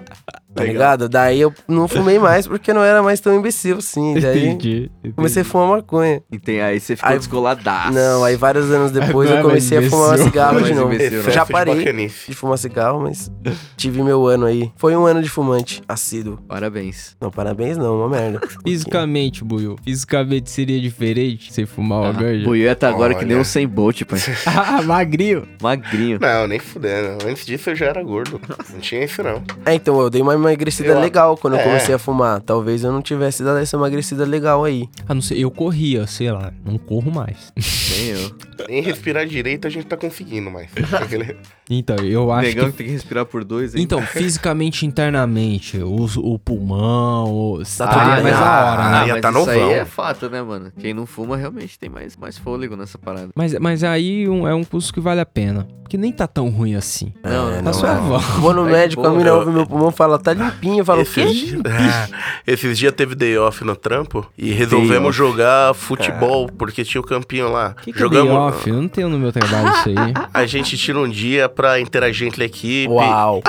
[SPEAKER 2] tá ligado? Daí eu não fumei mais porque não era mais tão imbecil assim. Daí
[SPEAKER 3] entendi, entendi.
[SPEAKER 2] comecei a fumar maconha.
[SPEAKER 1] E tem aí, você ficou
[SPEAKER 2] Aí-
[SPEAKER 1] descoladaço.
[SPEAKER 2] Não, aí vários anos depois
[SPEAKER 3] Agora
[SPEAKER 2] eu comecei a
[SPEAKER 3] imbecil.
[SPEAKER 2] fumar cigarro
[SPEAKER 1] Agora
[SPEAKER 2] de novo.
[SPEAKER 1] imbecil, né?
[SPEAKER 2] Já
[SPEAKER 4] de
[SPEAKER 2] parei
[SPEAKER 4] bacanice.
[SPEAKER 2] de fumar cigarro, mas tive meu ano aí. Foi um ano de fumante assíduo.
[SPEAKER 1] Parabéns.
[SPEAKER 2] Não, parabéns não, uma
[SPEAKER 4] <laughs>
[SPEAKER 2] merda.
[SPEAKER 3] Fisicamente, Buiu. Fisicamente seria diferente sem fumar
[SPEAKER 2] Ah,
[SPEAKER 3] uma ganja?
[SPEAKER 1] Buiu tá agora que nem
[SPEAKER 4] Olha.
[SPEAKER 1] um sem bolt, pai.
[SPEAKER 3] <laughs> ah, magrinho.
[SPEAKER 1] Magrinho. tá
[SPEAKER 4] Não, nem fudendo. Antes disso eu já era gordo. Não tinha isso, não.
[SPEAKER 2] É, então eu dei uma emagrecida
[SPEAKER 4] Eu-
[SPEAKER 2] legal quando
[SPEAKER 4] é.
[SPEAKER 2] eu comecei a fumar. Talvez eu não tivesse dado essa emagrecida legal
[SPEAKER 4] <laughs>
[SPEAKER 2] aí.
[SPEAKER 3] Ah, não sei, eu corria, sei lá, não corro mais.
[SPEAKER 1] Nem eu.
[SPEAKER 4] Nem respirar direito a gente tá conseguindo mais. Aquele-
[SPEAKER 3] <laughs> Então, eu acho
[SPEAKER 1] Negão
[SPEAKER 3] que...
[SPEAKER 1] que... tem que respirar por dois, hein?
[SPEAKER 2] <laughs>
[SPEAKER 3] Então, fisicamente, internamente, o, o pulmão, o... Tá
[SPEAKER 2] tudo bem.
[SPEAKER 3] mais da hora, né?
[SPEAKER 4] Ah, ia
[SPEAKER 1] Ah, mas
[SPEAKER 4] tá
[SPEAKER 1] isso aí
[SPEAKER 4] novão.
[SPEAKER 1] é fato, né, mano? Quem não fuma realmente tem mais, mais fôlego nessa parada.
[SPEAKER 3] Mas, mas aí um- é um custo que vale a pena. Porque nem tá tão ruim assim.
[SPEAKER 1] Não, não,
[SPEAKER 2] É,
[SPEAKER 3] Tá
[SPEAKER 2] não,
[SPEAKER 3] suavão.
[SPEAKER 2] Vou no
[SPEAKER 1] Ai,
[SPEAKER 2] médico,
[SPEAKER 1] boa.
[SPEAKER 2] a mina ouve meu pulmão e fala, tá limpinho. Eu falo, o
[SPEAKER 4] Esses
[SPEAKER 2] quê?
[SPEAKER 4] dias, <laughs> Ah, esses dias teve day off no trampo e resolvemos
[SPEAKER 1] off.
[SPEAKER 4] jogar futebol porque tinha o campinho lá.
[SPEAKER 3] O que, que é day
[SPEAKER 4] Jogamos.
[SPEAKER 3] off? Eu não tenho no meu trabalho isso aí.
[SPEAKER 2] <laughs>
[SPEAKER 4] a gente tira um dia pra interagir entre a equipe.
[SPEAKER 2] Uau.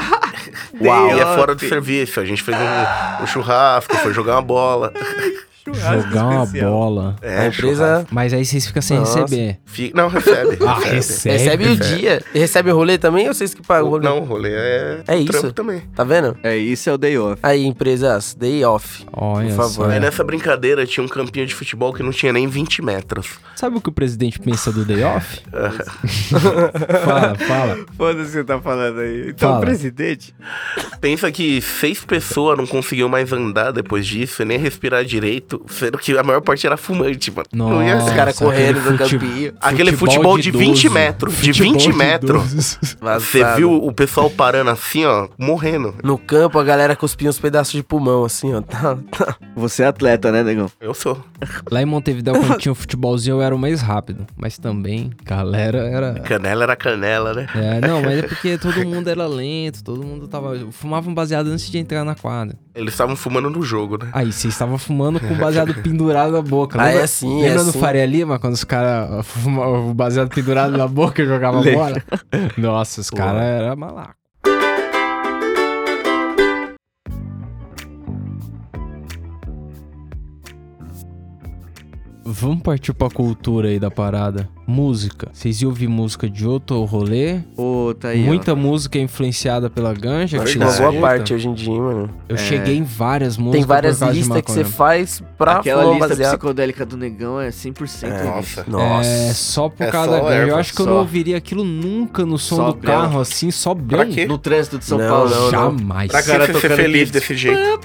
[SPEAKER 4] E
[SPEAKER 2] Uau.
[SPEAKER 4] é fora do serviço. A gente fez um, um churrasco, foi jogar uma bola.
[SPEAKER 3] Jogar uma bola.
[SPEAKER 4] É,
[SPEAKER 2] A empresa
[SPEAKER 3] Mas aí vocês ficam sem
[SPEAKER 2] Nossa.
[SPEAKER 3] receber.
[SPEAKER 4] Fica- Não, recebe.
[SPEAKER 3] Ah,
[SPEAKER 2] <laughs>
[SPEAKER 4] recebe.
[SPEAKER 3] recebe.
[SPEAKER 2] recebe o dia. E recebe o rolê também ou vocês que pagam o rolê?
[SPEAKER 4] Não, o rolê é,
[SPEAKER 2] né? É isso.
[SPEAKER 4] trampo também.
[SPEAKER 2] Tá vendo?
[SPEAKER 1] É, isso é o day off.
[SPEAKER 2] Aí, empresas, day off.
[SPEAKER 3] Olha
[SPEAKER 2] Por favor.
[SPEAKER 3] só.
[SPEAKER 4] Aí nessa brincadeira tinha um campinho de futebol que não tinha nem 20 metros.
[SPEAKER 3] Sabe o que o presidente pensa do day off? fala, fala.
[SPEAKER 1] Foda-se o que você tá falando aí. Então,
[SPEAKER 3] Fala.
[SPEAKER 1] presidente.
[SPEAKER 4] Pensa que seis pessoas não conseguiu mais andar depois disso e nem respirar direito, sendo que a maior parte era fumante, mano. Não ia
[SPEAKER 3] Nossa,
[SPEAKER 2] Os
[SPEAKER 4] ser.
[SPEAKER 1] Tá
[SPEAKER 2] caras correndo
[SPEAKER 3] aquele
[SPEAKER 2] no
[SPEAKER 3] fute-
[SPEAKER 2] campinho.
[SPEAKER 4] Aquele futebol de 20
[SPEAKER 3] idoso.
[SPEAKER 4] metros, de
[SPEAKER 3] Futebol
[SPEAKER 4] 20
[SPEAKER 3] idoso.
[SPEAKER 4] metros. Você
[SPEAKER 2] Vazado.
[SPEAKER 4] viu o pessoal parando assim, ó, morrendo.
[SPEAKER 2] No campo, a galera cuspia uns pedaços de pulmão, assim, ó. <laughs> Tá, tá.
[SPEAKER 1] Você é atleta, né, negão?
[SPEAKER 4] Eu sou.
[SPEAKER 3] Lá em Montevideo, quando tinha um futebolzinho, eu era o mais rápido. Mas também, galera, era...
[SPEAKER 4] Canela era canela, né?
[SPEAKER 3] É, não, mas é porque todo mundo era lento, todo mundo tava... Fumava um baseado antes de entrar na quadra.
[SPEAKER 4] Eles estavam fumando no jogo, né?
[SPEAKER 3] Aí, vocês estavam fumando
[SPEAKER 2] <laughs>
[SPEAKER 3] com o baseado pendurado na boca.
[SPEAKER 2] Ah,
[SPEAKER 3] Lembra,
[SPEAKER 2] é assim,
[SPEAKER 3] lembra
[SPEAKER 2] é
[SPEAKER 3] no
[SPEAKER 2] assim.
[SPEAKER 3] Faria Lima, quando os caras fumavam o baseado pendurado na boca e jogavam
[SPEAKER 1] Lembra.
[SPEAKER 2] <laughs>
[SPEAKER 3] bola? Nossa, os caras eram malaco. Vamos partir pra cultura aí da parada. Música. Vocês iam ouvir música de outro rolê?
[SPEAKER 1] Ô, tá aí. ó.
[SPEAKER 3] Muita música influenciada pela
[SPEAKER 4] É
[SPEAKER 3] ganja?
[SPEAKER 2] Acho que
[SPEAKER 3] que
[SPEAKER 2] uma
[SPEAKER 3] vocês
[SPEAKER 2] boa
[SPEAKER 3] escutam?
[SPEAKER 2] parte hoje em dia, mano.
[SPEAKER 3] Eu cheguei em várias músicas.
[SPEAKER 2] Tem várias
[SPEAKER 3] por causa de
[SPEAKER 2] listas que você
[SPEAKER 3] maconha.
[SPEAKER 2] faz pra
[SPEAKER 1] Aquela
[SPEAKER 2] fumar um
[SPEAKER 1] lista
[SPEAKER 2] baseado.
[SPEAKER 1] psicodélica do negão é 100%.
[SPEAKER 2] É.
[SPEAKER 1] né?
[SPEAKER 4] Nossa.
[SPEAKER 2] Nossa.
[SPEAKER 3] É, só por
[SPEAKER 4] É
[SPEAKER 3] causa
[SPEAKER 4] só
[SPEAKER 3] da grana. Eu
[SPEAKER 4] erva,
[SPEAKER 3] acho que eu
[SPEAKER 1] só.
[SPEAKER 3] não ouviria aquilo nunca no som
[SPEAKER 1] Só
[SPEAKER 3] do
[SPEAKER 1] grana.
[SPEAKER 3] carro, assim, só
[SPEAKER 4] Pra
[SPEAKER 3] brilho.
[SPEAKER 4] quê?
[SPEAKER 1] No trânsito de São
[SPEAKER 2] Não,
[SPEAKER 1] Paulo.
[SPEAKER 2] não, não.
[SPEAKER 3] Jamais.
[SPEAKER 4] Pra que
[SPEAKER 1] cara
[SPEAKER 4] você ser
[SPEAKER 1] tocando beat.
[SPEAKER 4] feliz desse jeito?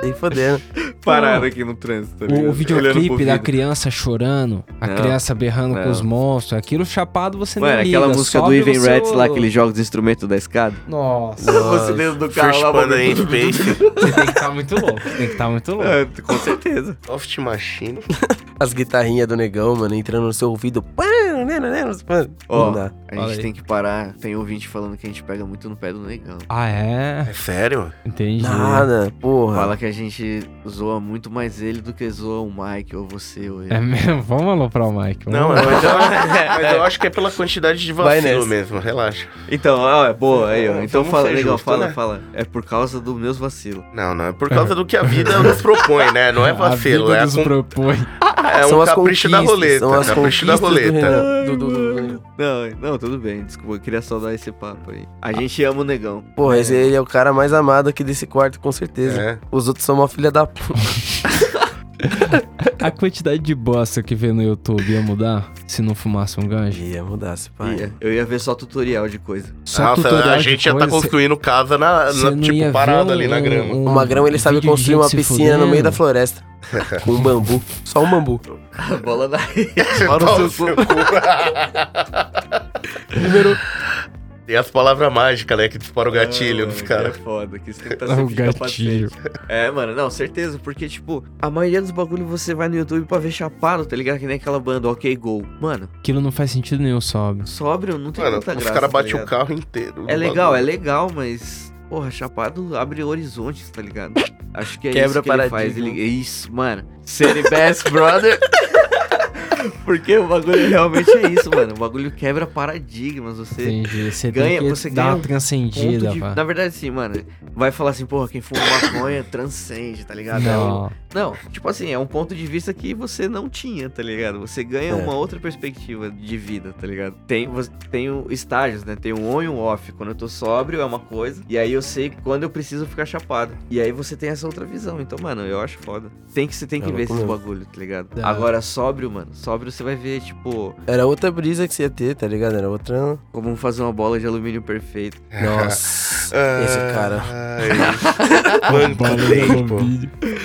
[SPEAKER 2] Nem fodendo.
[SPEAKER 1] Pararam aqui no trânsito. tá
[SPEAKER 3] O,
[SPEAKER 1] ligado?
[SPEAKER 3] o
[SPEAKER 1] Olhando pro
[SPEAKER 3] videoclipe da
[SPEAKER 1] vidro.
[SPEAKER 3] criança chorando, a
[SPEAKER 1] Não,
[SPEAKER 3] criança berrando com
[SPEAKER 1] não.
[SPEAKER 3] os monstros, aquilo chapado você
[SPEAKER 1] Mano,
[SPEAKER 3] não liga.
[SPEAKER 1] aquela música do
[SPEAKER 3] sobe
[SPEAKER 1] Even
[SPEAKER 3] no seu-
[SPEAKER 1] Rats lá, que ele joga os instrumentos da escada.
[SPEAKER 3] Nossa,
[SPEAKER 1] Você dentro do carro
[SPEAKER 4] First
[SPEAKER 1] lá,
[SPEAKER 4] Panda in
[SPEAKER 1] bagulho.
[SPEAKER 4] Space,
[SPEAKER 3] você tem que estar muito louco, tem que estar muito louco.
[SPEAKER 1] É, Com certeza.
[SPEAKER 4] Soft Machine.
[SPEAKER 2] As guitarrinhas do negão, mano, entrando no seu ouvido.
[SPEAKER 1] Ó,
[SPEAKER 2] Não dá.
[SPEAKER 1] a
[SPEAKER 3] Fala
[SPEAKER 1] gente
[SPEAKER 3] aí.
[SPEAKER 1] tem que parar. Tem ouvinte falando que a gente pega muito no pé do negão.
[SPEAKER 3] Ah, é?
[SPEAKER 4] É sério?
[SPEAKER 3] Entendi.
[SPEAKER 2] Nada, porra.
[SPEAKER 1] Fala que a gente zoa muito mais ele do que zoa o Mike ou você ou ele.
[SPEAKER 3] É mesmo? Vamos aloprar o Mike. vamos
[SPEAKER 4] Não,
[SPEAKER 3] aloprar.
[SPEAKER 4] mas eu, mas eu acho que é pela quantidade de
[SPEAKER 2] Vai
[SPEAKER 4] vacilo
[SPEAKER 2] nessa.
[SPEAKER 4] mesmo, relaxa.
[SPEAKER 1] Então, ó, é boa, aí, ó. Então
[SPEAKER 4] Vamos
[SPEAKER 1] fala,
[SPEAKER 4] ser
[SPEAKER 1] negão,
[SPEAKER 4] justo,
[SPEAKER 1] fala,
[SPEAKER 4] né?
[SPEAKER 1] fala. É por causa dos meus vacilos.
[SPEAKER 4] Não, não, é por causa do que a vida nos propõe, né? Não
[SPEAKER 3] <laughs>
[SPEAKER 4] é
[SPEAKER 3] A
[SPEAKER 4] vacilo,
[SPEAKER 3] vida
[SPEAKER 4] é a,
[SPEAKER 3] nos
[SPEAKER 4] com-
[SPEAKER 3] propõe.
[SPEAKER 4] É
[SPEAKER 2] São
[SPEAKER 4] um
[SPEAKER 2] as
[SPEAKER 4] capricho da
[SPEAKER 2] conquistas,
[SPEAKER 4] roleta. né?
[SPEAKER 2] são as
[SPEAKER 4] Capricho da
[SPEAKER 2] conquistas do
[SPEAKER 4] roleta.
[SPEAKER 2] Renan- do- do- do- do-
[SPEAKER 1] Não, não, tudo bem. Desculpa, eu queria só dar esse papo aí. A gente ama o negão.
[SPEAKER 2] Porra, esse ele é o cara mais amado aqui desse quarto, com certeza.
[SPEAKER 4] É.
[SPEAKER 2] Os outros são uma filha da puta.
[SPEAKER 3] A quantidade de bosta que vê no YouTube ia mudar se não fumasse um ganjo?
[SPEAKER 2] Ia mudar esse pai.
[SPEAKER 1] Ia. Eu ia ver só tutorial de
[SPEAKER 3] <laughs>
[SPEAKER 1] coisa.
[SPEAKER 3] Só
[SPEAKER 4] Nossa,
[SPEAKER 3] tutorial
[SPEAKER 4] a
[SPEAKER 3] de
[SPEAKER 4] gente já tá
[SPEAKER 3] coisa, cê-
[SPEAKER 4] construindo casa
[SPEAKER 1] Ah,
[SPEAKER 4] na,
[SPEAKER 3] cê
[SPEAKER 4] na-
[SPEAKER 3] não ia
[SPEAKER 4] tipo,
[SPEAKER 3] ver
[SPEAKER 4] parada
[SPEAKER 3] um-
[SPEAKER 4] ali na
[SPEAKER 3] <laughs>
[SPEAKER 4] grama.
[SPEAKER 3] um-
[SPEAKER 2] O Magrão, ele sabe
[SPEAKER 3] vídeo de
[SPEAKER 2] construir
[SPEAKER 3] gente
[SPEAKER 2] uma
[SPEAKER 3] se
[SPEAKER 2] piscina no meio da
[SPEAKER 3] fudendo.
[SPEAKER 2] floresta. com um bambu. Só um bambu.
[SPEAKER 1] A bola na rede. <laughs>
[SPEAKER 4] Pau
[SPEAKER 1] Fora
[SPEAKER 4] no
[SPEAKER 1] o seu
[SPEAKER 4] seu <laughs> cu. E as palavras mágicas, né? Que dispara o gatilho dos
[SPEAKER 1] Ah,
[SPEAKER 4] caras.
[SPEAKER 1] É foda, que isso tem que tá
[SPEAKER 3] É um
[SPEAKER 1] sempre de
[SPEAKER 3] gatilho.
[SPEAKER 1] capacete. É, mano, não, certeza, porque, tipo, a maioria dos bagulho você vai no YouTube pra ver chapado, tá ligado? Que nem aquela banda, ok, gol. Mano,
[SPEAKER 3] Aquilo não faz sentido nenhum, sobe.
[SPEAKER 1] sóbrio não tem
[SPEAKER 4] Mano, os
[SPEAKER 1] tanta graça.
[SPEAKER 4] caras
[SPEAKER 1] tá
[SPEAKER 4] batem o
[SPEAKER 1] ligado?
[SPEAKER 4] carro inteiro.
[SPEAKER 1] É
[SPEAKER 4] no
[SPEAKER 1] legal, é
[SPEAKER 4] bagulho.
[SPEAKER 1] legal, mas. Porra, Chapado abre horizontes, tá ligado? Acho que é
[SPEAKER 2] Quebra
[SPEAKER 1] isso que ele
[SPEAKER 2] paradigma.
[SPEAKER 1] faz. Ele... Isso, mano. Série Best
[SPEAKER 2] <laughs>
[SPEAKER 1] Brother. Porque o bagulho <laughs> realmente é isso, mano. O bagulho quebra paradigmas. Você
[SPEAKER 3] Entendi. Você
[SPEAKER 1] Ganha-
[SPEAKER 3] tem que
[SPEAKER 1] você
[SPEAKER 3] dar
[SPEAKER 1] ganha
[SPEAKER 3] uma
[SPEAKER 1] um
[SPEAKER 3] transcendida,
[SPEAKER 1] ponto de-
[SPEAKER 3] pá.
[SPEAKER 1] Na verdade, sim, mano. Vai falar assim, porra, quem fuma maconha transcende, tá ligado? É um-
[SPEAKER 3] Não.
[SPEAKER 1] Não, tipo assim, é um ponto de vista que você não tinha, tá ligado? Você ganha
[SPEAKER 2] É.
[SPEAKER 1] uma outra perspectiva de vida, tá ligado? Tem, você- tem o- estágios, né? Tem um on e um off. Quando eu tô sóbrio é uma coisa, e aí eu sei quando eu preciso ficar chapado. E aí você tem essa outra visão. Então, mano, eu acho foda. Tem que, você tem que
[SPEAKER 2] É
[SPEAKER 1] ver
[SPEAKER 2] louco
[SPEAKER 1] esses
[SPEAKER 2] mesmo.
[SPEAKER 1] bagulho, tá ligado?
[SPEAKER 3] É.
[SPEAKER 1] Agora, sóbrio, mano, sóbrio você vai ver, tipo,
[SPEAKER 2] Era outra brisa que você ia ter, tá ligado? Era
[SPEAKER 3] <laughs>
[SPEAKER 2] outra.
[SPEAKER 1] como fazer uma bola de alumínio perfeita.
[SPEAKER 2] Nossa.
[SPEAKER 4] Ah,
[SPEAKER 2] esse
[SPEAKER 4] <laughs>
[SPEAKER 2] cara.
[SPEAKER 4] ai. Quanto tempo.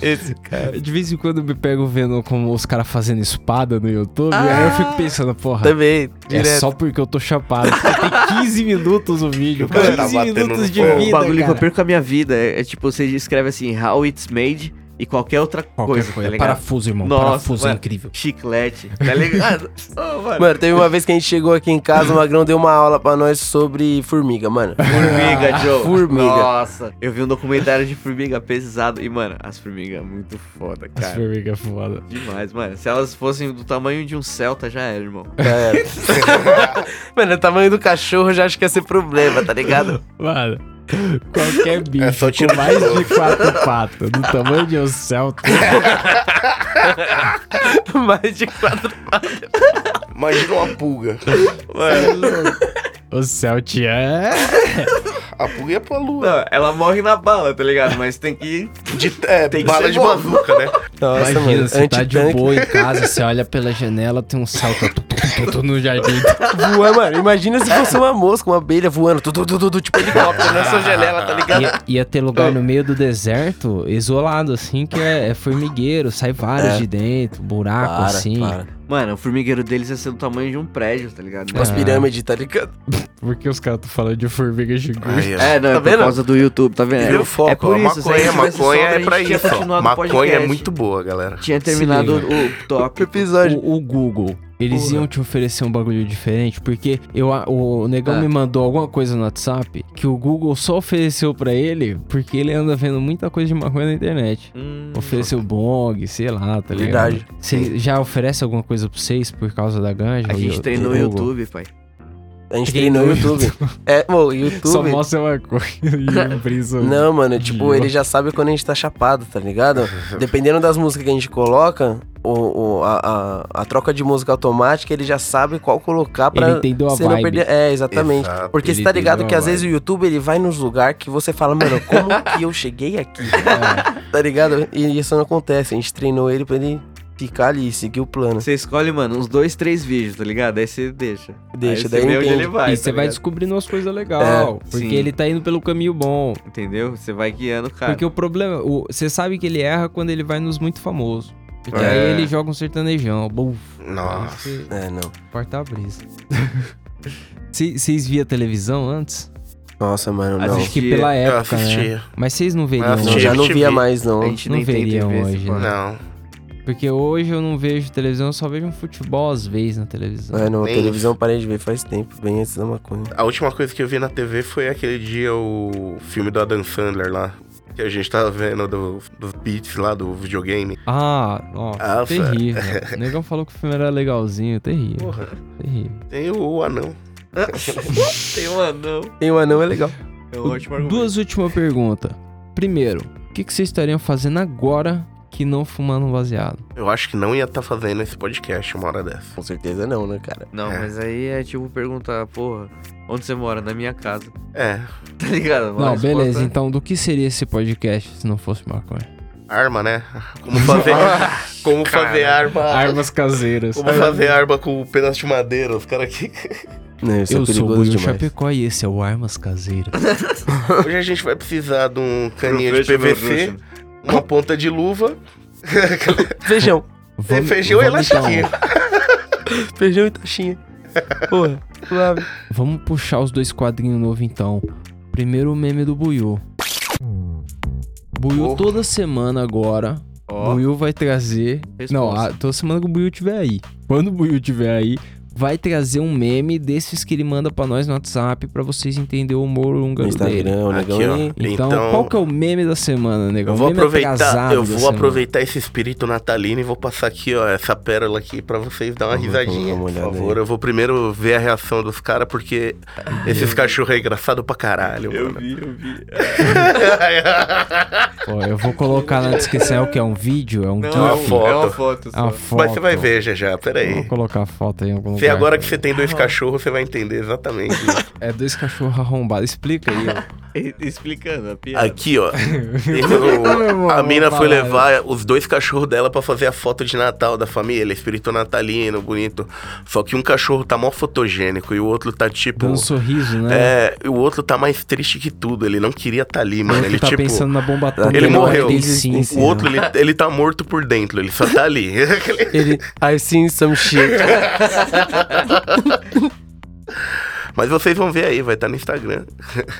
[SPEAKER 2] Esse cara.
[SPEAKER 3] É, De vez em quando eu me pego vendo como os caras fazendo espada no YouTube,
[SPEAKER 1] Ah!
[SPEAKER 3] e aí eu fico pensando, porra,
[SPEAKER 2] Também,
[SPEAKER 3] é
[SPEAKER 2] direto.
[SPEAKER 3] só porque eu tô chapado. porque Tem 15 minutos o vídeo, 15
[SPEAKER 4] cara tá batendo
[SPEAKER 3] minutos
[SPEAKER 4] no
[SPEAKER 3] de
[SPEAKER 4] pau.
[SPEAKER 1] O
[SPEAKER 3] vida,
[SPEAKER 1] Um bagulho que eu
[SPEAKER 3] cara.
[SPEAKER 1] perco a minha vida é, é tipo, você escreve assim, how it's made e qualquer outra
[SPEAKER 3] Qualquer
[SPEAKER 1] coisa, tá
[SPEAKER 3] coisa.
[SPEAKER 1] ligado?
[SPEAKER 3] Parafuso, irmão.
[SPEAKER 1] Nossa,
[SPEAKER 3] Parafuso é
[SPEAKER 1] mano.
[SPEAKER 3] incrível.
[SPEAKER 1] Chiclete, tá ligado? Ô, mano.
[SPEAKER 2] Mano, teve uma vez que a gente chegou aqui em casa, o Magrão deu uma aula pra nós sobre formiga,
[SPEAKER 3] <laughs>
[SPEAKER 2] mano.
[SPEAKER 1] Formiga, Joe.
[SPEAKER 2] formiga.
[SPEAKER 1] Nossa, eu vi um documentário de formiga pesado. E, mano, as formigas é muito foda,
[SPEAKER 3] As
[SPEAKER 1] cara.
[SPEAKER 3] formigas é foda.
[SPEAKER 1] Demais, mano. Se elas fossem do tamanho de um Celta, já era, irmão.
[SPEAKER 2] Já era. mano, o tamanho do cachorro eu já acho que ia ser problema, tá ligado?
[SPEAKER 3] Mano,
[SPEAKER 1] <laughs>
[SPEAKER 3] qualquer bicho
[SPEAKER 4] É, só tiro
[SPEAKER 3] com
[SPEAKER 4] de
[SPEAKER 3] mais
[SPEAKER 4] novo.
[SPEAKER 3] de quatro patas, do tamanho de um celta,
[SPEAKER 2] Mais de quatro.
[SPEAKER 4] Imagina uma pulga.
[SPEAKER 3] o celtian é...
[SPEAKER 4] A pulga ia pra lua.
[SPEAKER 1] Não, ela morre na bala, tá ligado? Mas tem que.
[SPEAKER 4] De, é,
[SPEAKER 1] Tem que
[SPEAKER 4] bala
[SPEAKER 1] ser
[SPEAKER 4] de
[SPEAKER 1] bom. <laughs>
[SPEAKER 4] bazuca, né?
[SPEAKER 2] Nossa,
[SPEAKER 3] Imagina,
[SPEAKER 2] mano.
[SPEAKER 3] você tá de
[SPEAKER 2] antitanque.
[SPEAKER 3] boa em casa, você olha pela janela, tem um salto tu, tu, tu, tu, no jardim.
[SPEAKER 2] Tá voando, mano. Imagina se fosse uma mosca, uma abelha voando, tu, tu, tu, tu, tu, tipo helicóptero na sua janela, tá ligado?
[SPEAKER 3] Ia, ia ter lugar no meio do deserto, isolado, assim, que é, é formigueiro, sai vários
[SPEAKER 2] É.
[SPEAKER 3] de dentro, buraco, assim.
[SPEAKER 1] Mano, o formigueiro deles ia ser do tamanho de um prédio, tá ligado?
[SPEAKER 2] Tipo as
[SPEAKER 3] Ah.
[SPEAKER 2] pirâmides, tá ligado?
[SPEAKER 3] Por que os caras estão falando de formiga gigante?
[SPEAKER 4] Aí, ó.
[SPEAKER 1] É, não, é
[SPEAKER 2] Tá
[SPEAKER 1] por
[SPEAKER 2] vendo?
[SPEAKER 1] causa do YouTube, tá vendo?
[SPEAKER 2] Virou foco,
[SPEAKER 1] é por
[SPEAKER 4] Ó,
[SPEAKER 1] isso, se a gente
[SPEAKER 4] maconha,
[SPEAKER 1] tivesse
[SPEAKER 4] maconha
[SPEAKER 1] sobra, a
[SPEAKER 4] é
[SPEAKER 1] gente
[SPEAKER 4] pra
[SPEAKER 1] tinha
[SPEAKER 4] isso. ó.
[SPEAKER 1] continuado o
[SPEAKER 4] Maconha é
[SPEAKER 1] podcast.
[SPEAKER 4] muito boa, galera.
[SPEAKER 1] Tinha terminado
[SPEAKER 3] Se
[SPEAKER 1] o top.
[SPEAKER 2] Episódio.
[SPEAKER 3] O, o Google, eles
[SPEAKER 2] Porra.
[SPEAKER 3] iam te oferecer um bagulho diferente, porque eu, a- o negão
[SPEAKER 1] Ah.
[SPEAKER 3] me mandou alguma coisa no WhatsApp que o Google só ofereceu pra ele porque ele anda vendo muita coisa de maconha na internet.
[SPEAKER 1] Hum,
[SPEAKER 3] Ofereceu bong, sei lá, tá ligado?
[SPEAKER 2] Verdade.
[SPEAKER 3] Você já oferece alguma coisa pra vocês por causa da ganja?
[SPEAKER 1] a gente
[SPEAKER 3] Eu-
[SPEAKER 1] treinou o
[SPEAKER 3] eu-
[SPEAKER 1] YouTube, pai.
[SPEAKER 2] A gente treinou o YouTube. É, pô, YouTube.
[SPEAKER 3] Só mostra uma coisa <laughs> e um brisa.
[SPEAKER 2] Não, mano, tipo,
[SPEAKER 3] Gil.
[SPEAKER 2] ele já sabe quando a gente tá chapado,
[SPEAKER 1] <laughs>
[SPEAKER 2] tá ligado? Dependendo das músicas que a gente coloca, o, o- a, a- a troca de música automática, ele já sabe qual colocar pra
[SPEAKER 3] Ele entendeu a
[SPEAKER 2] você não
[SPEAKER 3] vibe.
[SPEAKER 2] perder. É, exatamente.
[SPEAKER 4] Exato,
[SPEAKER 2] Porque
[SPEAKER 3] ele
[SPEAKER 2] você tá ligado
[SPEAKER 3] entendeu
[SPEAKER 2] que
[SPEAKER 3] a
[SPEAKER 2] às vezes o YouTube ele vai nos lugares que você fala, mano,
[SPEAKER 1] <laughs>
[SPEAKER 2] como que eu cheguei aqui?
[SPEAKER 1] É.
[SPEAKER 2] tá ligado? E isso não acontece. A gente treinou ele pra ele ficar ali, seguir o
[SPEAKER 3] Né?
[SPEAKER 2] plano.
[SPEAKER 1] Você escolhe, mano, uns dois, três vídeos, tá ligado? Aí você deixa.
[SPEAKER 2] Deixa,
[SPEAKER 1] Aí
[SPEAKER 2] daí
[SPEAKER 1] você vê onde
[SPEAKER 2] entende.
[SPEAKER 1] ele vai.
[SPEAKER 3] um
[SPEAKER 1] tá
[SPEAKER 3] e você vai
[SPEAKER 1] ligado?
[SPEAKER 3] descobrindo as coisas legais. porque
[SPEAKER 1] sim.
[SPEAKER 3] ele tá indo pelo caminho bom.
[SPEAKER 1] Entendeu? Você vai guiando o
[SPEAKER 4] Tá.
[SPEAKER 1] cara.
[SPEAKER 3] Porque o problema. o- Você sabe que ele erra quando ele vai nos muito famosos. Porque
[SPEAKER 1] É.
[SPEAKER 3] aí ele joga um sertanejão. Buf, aí
[SPEAKER 4] Nossa.
[SPEAKER 3] você
[SPEAKER 2] É, não.
[SPEAKER 3] corta a
[SPEAKER 4] <laughs>
[SPEAKER 3] brisa. Vocês vocês via televisão antes?
[SPEAKER 2] Nossa, mano, não.
[SPEAKER 3] Acho
[SPEAKER 1] Assistia.
[SPEAKER 3] que pela
[SPEAKER 4] Eu
[SPEAKER 3] época, né?
[SPEAKER 4] assistia.
[SPEAKER 3] Mas vocês não veriam
[SPEAKER 4] Eu
[SPEAKER 2] Não,
[SPEAKER 3] hoje.
[SPEAKER 4] assistia.
[SPEAKER 2] já não
[SPEAKER 4] MTV.
[SPEAKER 2] via mais, não.
[SPEAKER 1] A gente
[SPEAKER 3] Não
[SPEAKER 1] nem tem
[SPEAKER 3] veriam
[SPEAKER 1] TV
[SPEAKER 3] hoje,
[SPEAKER 1] hoje,
[SPEAKER 3] né?
[SPEAKER 4] Não.
[SPEAKER 3] Porque hoje eu não vejo televisão, eu só vejo um futebol às vezes na televisão.
[SPEAKER 2] É, não,
[SPEAKER 4] Nem
[SPEAKER 2] televisão eu parei de ver faz tempo, bem antes da maconha.
[SPEAKER 4] A última coisa que eu vi na TV foi aquele dia o filme do Adam Sandler lá. Que a gente tava vendo do- dos beats lá do videogame.
[SPEAKER 3] Ah, ó,
[SPEAKER 4] Ah, <laughs>
[SPEAKER 3] terrível. O negão falou que o filme era legalzinho, terrível.
[SPEAKER 4] Porra,
[SPEAKER 3] terrível.
[SPEAKER 4] tem o anão.
[SPEAKER 1] Tem um anão.
[SPEAKER 2] Tem um anão, é legal.
[SPEAKER 1] É um ótimo argumento.
[SPEAKER 3] Duas últimas perguntas. Primeiro, o que, que vocês estariam fazendo agora que não fumando um baseado.
[SPEAKER 4] Eu acho que não ia estar fazendo esse podcast uma hora dessa.
[SPEAKER 2] Com certeza não, né, cara?
[SPEAKER 1] Não,
[SPEAKER 4] É.
[SPEAKER 1] mas aí é tipo perguntar, porra, onde você mora? Na minha casa. <laughs>
[SPEAKER 4] É,
[SPEAKER 1] Tá ligado? Uma
[SPEAKER 3] Não,
[SPEAKER 1] resposta-
[SPEAKER 3] beleza. Então, do que seria esse podcast se não fosse maconha?
[SPEAKER 4] arma, né? Como
[SPEAKER 1] <laughs>
[SPEAKER 4] fazer, como fazer arma.
[SPEAKER 3] <laughs> Armas caseiras.
[SPEAKER 4] Como fazer arma com um pedaço de madeira, os caras aqui.
[SPEAKER 2] Não, isso é
[SPEAKER 3] Eu sou o
[SPEAKER 2] perigoso
[SPEAKER 3] Buiu
[SPEAKER 2] demais.
[SPEAKER 3] Chapecó e esse é o Armas Caseiras.
[SPEAKER 4] Hoje a gente vai precisar de um caninho de
[SPEAKER 1] Professional
[SPEAKER 4] PVC,
[SPEAKER 1] Russian.
[SPEAKER 4] uma ponta de luva,
[SPEAKER 2] Feijão.
[SPEAKER 3] Vamos-
[SPEAKER 4] feijão e
[SPEAKER 3] vamos então-
[SPEAKER 4] latinha.
[SPEAKER 2] Feijão e taxinha. Porra, suave.
[SPEAKER 3] Vamos puxar os dois quadrinhos novos então. Primeiro o meme do Buiu. Buiu
[SPEAKER 4] Porra.
[SPEAKER 3] toda semana agora.
[SPEAKER 1] Ó,
[SPEAKER 3] Buiu vai trazer.
[SPEAKER 1] Resposta.
[SPEAKER 3] Não, a- toda semana que o Buiu tiver aí. Quando o Buiu tiver aí, vai trazer um meme desses que ele manda pra nós no WhatsApp pra vocês entenderem o humor
[SPEAKER 2] No
[SPEAKER 3] húngaro dele.
[SPEAKER 2] Instagram, o
[SPEAKER 4] Aqui,
[SPEAKER 2] negão
[SPEAKER 4] ó.
[SPEAKER 2] aí.
[SPEAKER 3] Então,
[SPEAKER 4] Então-
[SPEAKER 3] qual que é o meme da semana, nego?
[SPEAKER 4] Eu
[SPEAKER 3] O
[SPEAKER 4] vou
[SPEAKER 3] um meme
[SPEAKER 4] aproveitar,
[SPEAKER 3] atrasado
[SPEAKER 4] eu
[SPEAKER 3] da
[SPEAKER 4] vou
[SPEAKER 3] semana.
[SPEAKER 4] aproveitar esse espírito natalino e vou passar aqui, ó, essa pérola aqui pra vocês dar uma
[SPEAKER 2] Vamos,
[SPEAKER 4] risadinha,
[SPEAKER 2] vamos dar uma
[SPEAKER 4] por
[SPEAKER 2] olhada
[SPEAKER 4] favor.
[SPEAKER 2] aí.
[SPEAKER 4] Eu vou primeiro ver a reação dos caras, porque esses cachorros é engraçado pra caralho,
[SPEAKER 1] Eu
[SPEAKER 4] mano.
[SPEAKER 1] vi, eu vi.
[SPEAKER 3] Ó, eu vou colocar na descrição é o que? É um vídeo? É um
[SPEAKER 1] Não,
[SPEAKER 3] GIF?
[SPEAKER 1] é uma
[SPEAKER 4] foto.
[SPEAKER 1] foto. É uma foto só.
[SPEAKER 3] A foto.
[SPEAKER 4] Mas você vai ver já já,
[SPEAKER 3] Vou
[SPEAKER 4] peraí.
[SPEAKER 3] colocar a foto aí em algum
[SPEAKER 4] Se
[SPEAKER 3] lugar.
[SPEAKER 4] agora que você tem dois cachorros, você vai entender exatamente.
[SPEAKER 3] É dois cachorros arrombados. Explica aí.
[SPEAKER 4] <laughs>
[SPEAKER 3] ó.
[SPEAKER 1] E- Explicando a piada.
[SPEAKER 4] Aqui, ó. Esse-
[SPEAKER 3] irmão,
[SPEAKER 4] a mina
[SPEAKER 3] vamos
[SPEAKER 4] foi
[SPEAKER 3] falar.
[SPEAKER 4] levar os dois cachorros dela pra fazer a foto de Natal da família, é espírito natalino, bonito. Só que um cachorro tá mó fotogênico e o outro tá tipo.
[SPEAKER 3] Dando um sorriso, né?
[SPEAKER 4] É, e o outro tá mais triste que tudo. Ele não queria tá ali, mano. Ele,
[SPEAKER 3] tá
[SPEAKER 4] tipo.
[SPEAKER 3] pensando assim, na bomba atômica.
[SPEAKER 4] Ele morreu.
[SPEAKER 3] Ele, sim, sim,
[SPEAKER 4] O outro, ele, ele tá morto por dentro, ele só tá ali. <laughs>
[SPEAKER 2] Ele, I've seen some shit.
[SPEAKER 4] Mas vocês vão ver aí, vai estar no Instagram.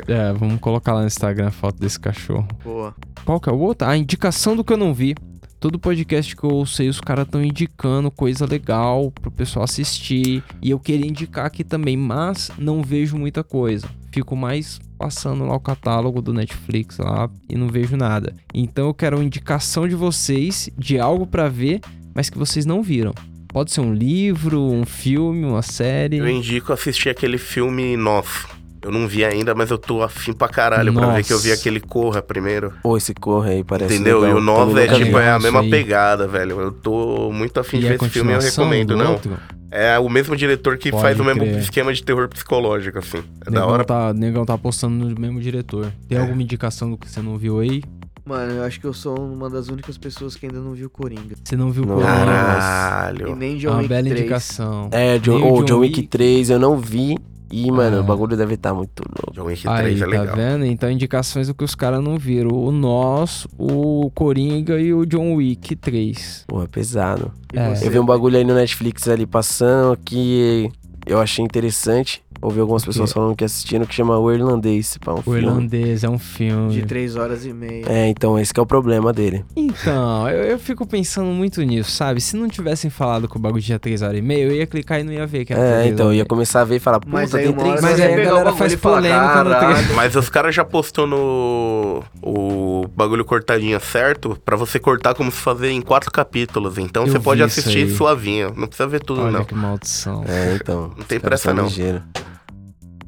[SPEAKER 3] É, vamos colocar lá no Instagram a foto desse cachorro.
[SPEAKER 1] Boa.
[SPEAKER 3] Qual que é o outro? A indicação do que eu não vi. Todo podcast que eu ouço, os caras estão indicando coisa legal pro pessoal assistir. E eu queria indicar aqui também, mas não vejo muita coisa. Fico mais passando lá o catálogo do Netflix lá e não vejo nada. Então eu quero uma indicação de vocês de algo pra ver, mas que vocês não viram. Pode ser um livro, um filme, uma série.
[SPEAKER 4] Eu indico assistir aquele filme Nós. Eu não vi ainda, mas eu tô afim pra caralho pra ver que eu vi
[SPEAKER 3] Nossa.
[SPEAKER 4] aquele Corra primeiro.
[SPEAKER 2] Pô, esse corre aí
[SPEAKER 3] É assim,
[SPEAKER 2] parece
[SPEAKER 4] Entendeu?
[SPEAKER 3] então,
[SPEAKER 2] legal.
[SPEAKER 4] E o Nós
[SPEAKER 2] Também
[SPEAKER 4] é
[SPEAKER 2] nunca vi.
[SPEAKER 4] tipo é a
[SPEAKER 3] Isso
[SPEAKER 4] mesma
[SPEAKER 3] aí.
[SPEAKER 4] pegada, velho. Eu tô muito afim de
[SPEAKER 3] é
[SPEAKER 4] ver esse filme, eu recomendo,
[SPEAKER 3] do
[SPEAKER 4] não.
[SPEAKER 3] outro?
[SPEAKER 4] É o mesmo diretor que
[SPEAKER 3] Pode
[SPEAKER 4] faz o mesmo
[SPEAKER 3] crer.
[SPEAKER 4] esquema de terror psicológico, assim. É da
[SPEAKER 3] Negão
[SPEAKER 4] hora. É.
[SPEAKER 3] Tá, Negão tá apostando no mesmo diretor. Tem alguma indicação do que você não viu aí?
[SPEAKER 1] Mano, eu acho que eu sou uma das únicas pessoas que ainda não viu Coringa.
[SPEAKER 3] Você não viu
[SPEAKER 2] Não.
[SPEAKER 3] Coringa?
[SPEAKER 1] E
[SPEAKER 4] Caralho.
[SPEAKER 1] nem
[SPEAKER 3] É
[SPEAKER 1] John
[SPEAKER 3] uma
[SPEAKER 1] Wick
[SPEAKER 3] bela
[SPEAKER 1] 3.
[SPEAKER 3] indicação.
[SPEAKER 2] É, John,
[SPEAKER 3] Nem o
[SPEAKER 2] oh,
[SPEAKER 3] John
[SPEAKER 2] John Wick
[SPEAKER 3] Wick.
[SPEAKER 2] 3 eu não vi. E, mano,
[SPEAKER 3] Ah.
[SPEAKER 2] o bagulho deve estar muito louco.
[SPEAKER 4] John Wick
[SPEAKER 3] Aí,
[SPEAKER 4] 3 é legal.
[SPEAKER 3] tá vendo? Então, indicações do que os caras não viram. O Nós, o Coringa e o John Wick 3.
[SPEAKER 2] Pô, é pesado.
[SPEAKER 1] E
[SPEAKER 3] É.
[SPEAKER 1] você?
[SPEAKER 2] Eu vi um bagulho aí no Netflix ali passando que eu achei interessante. Ouvi algumas
[SPEAKER 3] O quê?
[SPEAKER 2] pessoas falando que assistiram que chama O Irlandês, pá, um
[SPEAKER 3] O
[SPEAKER 2] filme.
[SPEAKER 3] Irlandês é um
[SPEAKER 1] De
[SPEAKER 3] filme.
[SPEAKER 1] 3 horas e meia.
[SPEAKER 2] É, então esse que é o problema dele.
[SPEAKER 3] Então, eu, eu fico pensando muito nisso, sabe? Se não tivessem falado que o bagulho tinha 3 horas e meia, eu ia clicar e não ia ver que era
[SPEAKER 2] É,
[SPEAKER 3] três
[SPEAKER 2] então, eu
[SPEAKER 3] horas e
[SPEAKER 2] ia começar a ver e falar, puta,
[SPEAKER 1] Mas aí
[SPEAKER 2] tem
[SPEAKER 1] uma
[SPEAKER 2] três
[SPEAKER 1] hora
[SPEAKER 3] Mas
[SPEAKER 1] você
[SPEAKER 3] aí a
[SPEAKER 1] pega o
[SPEAKER 3] galera
[SPEAKER 1] bagulho
[SPEAKER 3] faz
[SPEAKER 1] e fala,
[SPEAKER 3] polêmica no
[SPEAKER 1] "Caralho".
[SPEAKER 4] Mas os caras já postou no o bagulho cortadinho certo pra você cortar como se fazer em quatro capítulos. Então
[SPEAKER 3] Eu
[SPEAKER 4] você
[SPEAKER 3] vi
[SPEAKER 4] pode
[SPEAKER 3] isso
[SPEAKER 4] assistir
[SPEAKER 3] aí.
[SPEAKER 4] suavinho. Não precisa ver tudo,
[SPEAKER 3] meia. <laughs> Olha
[SPEAKER 4] não.
[SPEAKER 3] que maldição.
[SPEAKER 2] É, então.
[SPEAKER 4] Não tem
[SPEAKER 2] os caras
[SPEAKER 4] pressa,
[SPEAKER 2] são
[SPEAKER 4] não.
[SPEAKER 2] ligeiro.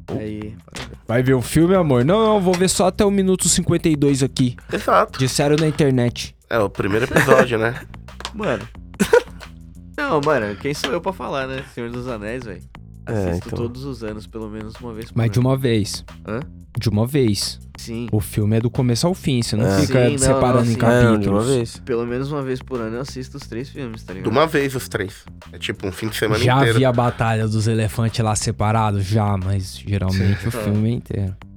[SPEAKER 4] É.
[SPEAKER 1] Aí.
[SPEAKER 3] Vai ver o filme, amor? Não, não, vou ver só até o minuto 52 aqui.
[SPEAKER 4] Exato.
[SPEAKER 3] Disseram na internet.
[SPEAKER 4] É o primeiro episódio, né?
[SPEAKER 2] <laughs>
[SPEAKER 1] Mano. Não, mano, quem sou eu pra falar, né? Senhor dos Anéis, velho.
[SPEAKER 2] É,
[SPEAKER 1] Assisto
[SPEAKER 2] então.
[SPEAKER 1] todos os anos, pelo menos uma vez por
[SPEAKER 3] Mas de
[SPEAKER 2] Hum.
[SPEAKER 1] ano.
[SPEAKER 3] uma vez.
[SPEAKER 1] Hã?
[SPEAKER 3] De uma vez.
[SPEAKER 1] Sim,
[SPEAKER 3] O filme é do começo ao fim, você não
[SPEAKER 2] É.
[SPEAKER 3] fica
[SPEAKER 1] Sim, não, não,
[SPEAKER 3] separando em
[SPEAKER 1] sim.
[SPEAKER 2] É, não, de uma
[SPEAKER 3] capítulos.
[SPEAKER 2] vez.
[SPEAKER 1] pelo menos uma vez por ano eu assisto os três filmes, tá
[SPEAKER 4] De
[SPEAKER 1] ligado?
[SPEAKER 4] uma vez os três. É tipo um fim de semana
[SPEAKER 3] já
[SPEAKER 4] inteiro.
[SPEAKER 3] vi a batalha dos elefantes lá separados, já, mas geralmente o filme é inteiro.
[SPEAKER 2] Hum.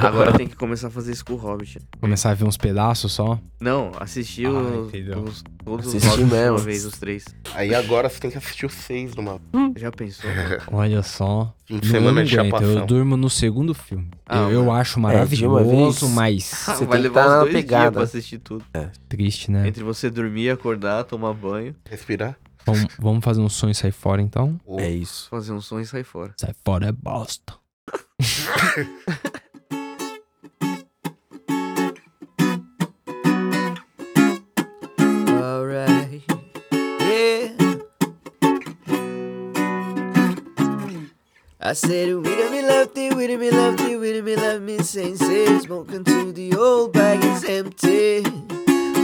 [SPEAKER 1] Agora tem que começar a fazer isso com o Hobbit.
[SPEAKER 3] Começar a ver uns pedaços só.
[SPEAKER 1] Não, assisti
[SPEAKER 3] Ah,
[SPEAKER 1] os,
[SPEAKER 3] entendeu.
[SPEAKER 1] os- todos
[SPEAKER 2] Assisti
[SPEAKER 1] os Hobbits de
[SPEAKER 2] mesmo.
[SPEAKER 1] uma vez, os três.
[SPEAKER 4] Aí agora você tem que assistir os seis numa
[SPEAKER 1] Já
[SPEAKER 2] <laughs>
[SPEAKER 1] pensou?
[SPEAKER 3] Olha só.
[SPEAKER 4] fim
[SPEAKER 3] Não,
[SPEAKER 4] de
[SPEAKER 3] eu
[SPEAKER 4] semana
[SPEAKER 3] não
[SPEAKER 4] de
[SPEAKER 3] aguento,
[SPEAKER 4] chapação.
[SPEAKER 3] eu durmo no segundo filme.
[SPEAKER 1] Ah,
[SPEAKER 3] eu, eu
[SPEAKER 1] mano.
[SPEAKER 3] acho
[SPEAKER 2] de uma
[SPEAKER 3] maravilhoso,
[SPEAKER 2] vez.
[SPEAKER 3] mas
[SPEAKER 2] Você
[SPEAKER 1] Ah, Vai
[SPEAKER 2] tem que
[SPEAKER 1] levar
[SPEAKER 2] tá na
[SPEAKER 1] uns dois dias
[SPEAKER 2] pegada. É.
[SPEAKER 1] pra assistir tudo.
[SPEAKER 3] triste, né?
[SPEAKER 1] Entre você dormir, acordar, tomar banho,
[SPEAKER 4] Respirar.
[SPEAKER 3] Vamos, vamos fazer um sonho e sair fora, então?
[SPEAKER 4] Ou-
[SPEAKER 2] É isso.
[SPEAKER 1] fazer um som e sair fora.
[SPEAKER 3] Sai fora é bosta.
[SPEAKER 1] Alright. Yeah. I said, wait a me love thee, wait a me love thee, wait a me love me, saying, say, smoke until the old bag is empty.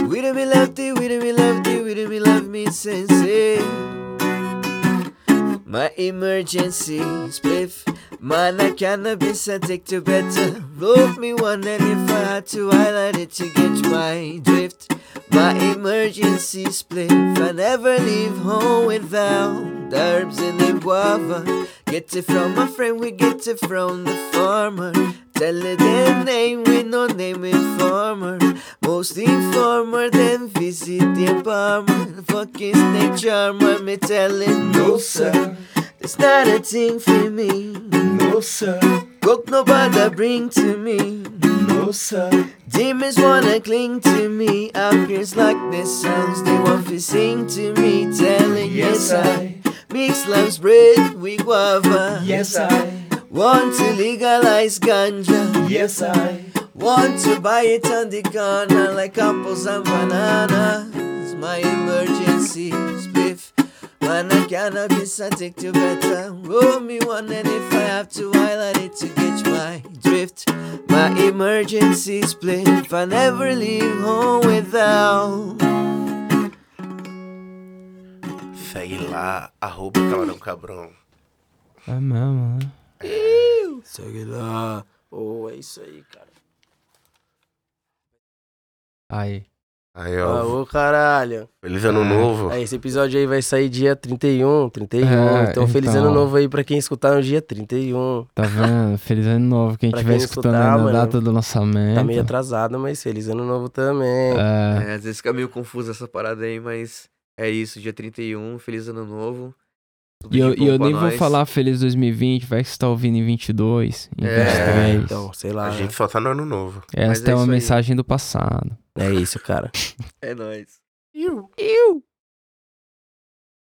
[SPEAKER 1] We done been lefty, we done been lefty, we done been left me sensei. My emergency spliff, man, I cannabis addicted better. Love me one, and if I had to highlight it to get my drift. My emergency spliff, I never leave home without the herbs and the guava. Get it from a friend, we get it from the farmer. Tell it their name with no name informer. Most informer, then visit the apartment. Fucking snake charmer, me tell it no sir. It's not a thing for me.
[SPEAKER 4] No, sir.
[SPEAKER 1] Coke nobody bring to me.
[SPEAKER 4] No, sir.
[SPEAKER 1] Demons wanna cling to me. Appears like the sounds they want to sing to me. Telling yes, I mix lamb's bread with guava.
[SPEAKER 4] Yes, I.
[SPEAKER 1] Want to legalize ganja.
[SPEAKER 4] Yes, I.
[SPEAKER 1] Want to buy it on the corner like apples and bananas. My emergency spliff. Man, I cannot be subject to better. Roll me one, and if I have to, highlight it to catch my drift. My emergency spliff. I never leave home without.
[SPEAKER 4] Segue lá, arroba Camarão Cabrão.
[SPEAKER 3] É mesmo, né?
[SPEAKER 2] Segue lá. Ô, é isso aí, cara.
[SPEAKER 3] Aí.
[SPEAKER 4] Aí, ó.
[SPEAKER 2] Tá Ô, caralho.
[SPEAKER 4] Feliz ano novo.
[SPEAKER 2] Aí, esse episódio aí vai sair dia 31, 31.
[SPEAKER 3] É,
[SPEAKER 2] então, feliz
[SPEAKER 3] então.
[SPEAKER 2] ano novo aí pra quem escutar no dia 31. <laughs>
[SPEAKER 3] Tá vendo? Feliz ano novo. Quem
[SPEAKER 2] Pra
[SPEAKER 3] estiver
[SPEAKER 2] quem
[SPEAKER 3] escutando
[SPEAKER 2] escutar,
[SPEAKER 3] na
[SPEAKER 2] mano,
[SPEAKER 3] data do lançamento.
[SPEAKER 2] Tá meio atrasado, mas feliz ano novo também.
[SPEAKER 3] É,
[SPEAKER 1] Então. É, às vezes fica meio confuso essa parada aí, mas é isso. Dia 31, feliz ano novo. Tudo
[SPEAKER 3] E
[SPEAKER 1] de
[SPEAKER 3] eu,
[SPEAKER 1] bom
[SPEAKER 3] e eu
[SPEAKER 1] pra
[SPEAKER 3] nem vou
[SPEAKER 1] nós.
[SPEAKER 3] falar feliz 2020, vai que você tá ouvindo em 22, em
[SPEAKER 1] É,
[SPEAKER 3] 23.
[SPEAKER 2] Então, sei lá.
[SPEAKER 4] A
[SPEAKER 2] né?
[SPEAKER 4] gente só tá no ano novo.
[SPEAKER 1] mas
[SPEAKER 3] Esta
[SPEAKER 1] é
[SPEAKER 3] é uma
[SPEAKER 1] isso aí.
[SPEAKER 3] mensagem do passado.
[SPEAKER 2] É isso, cara.
[SPEAKER 1] É nóis.
[SPEAKER 2] Eu.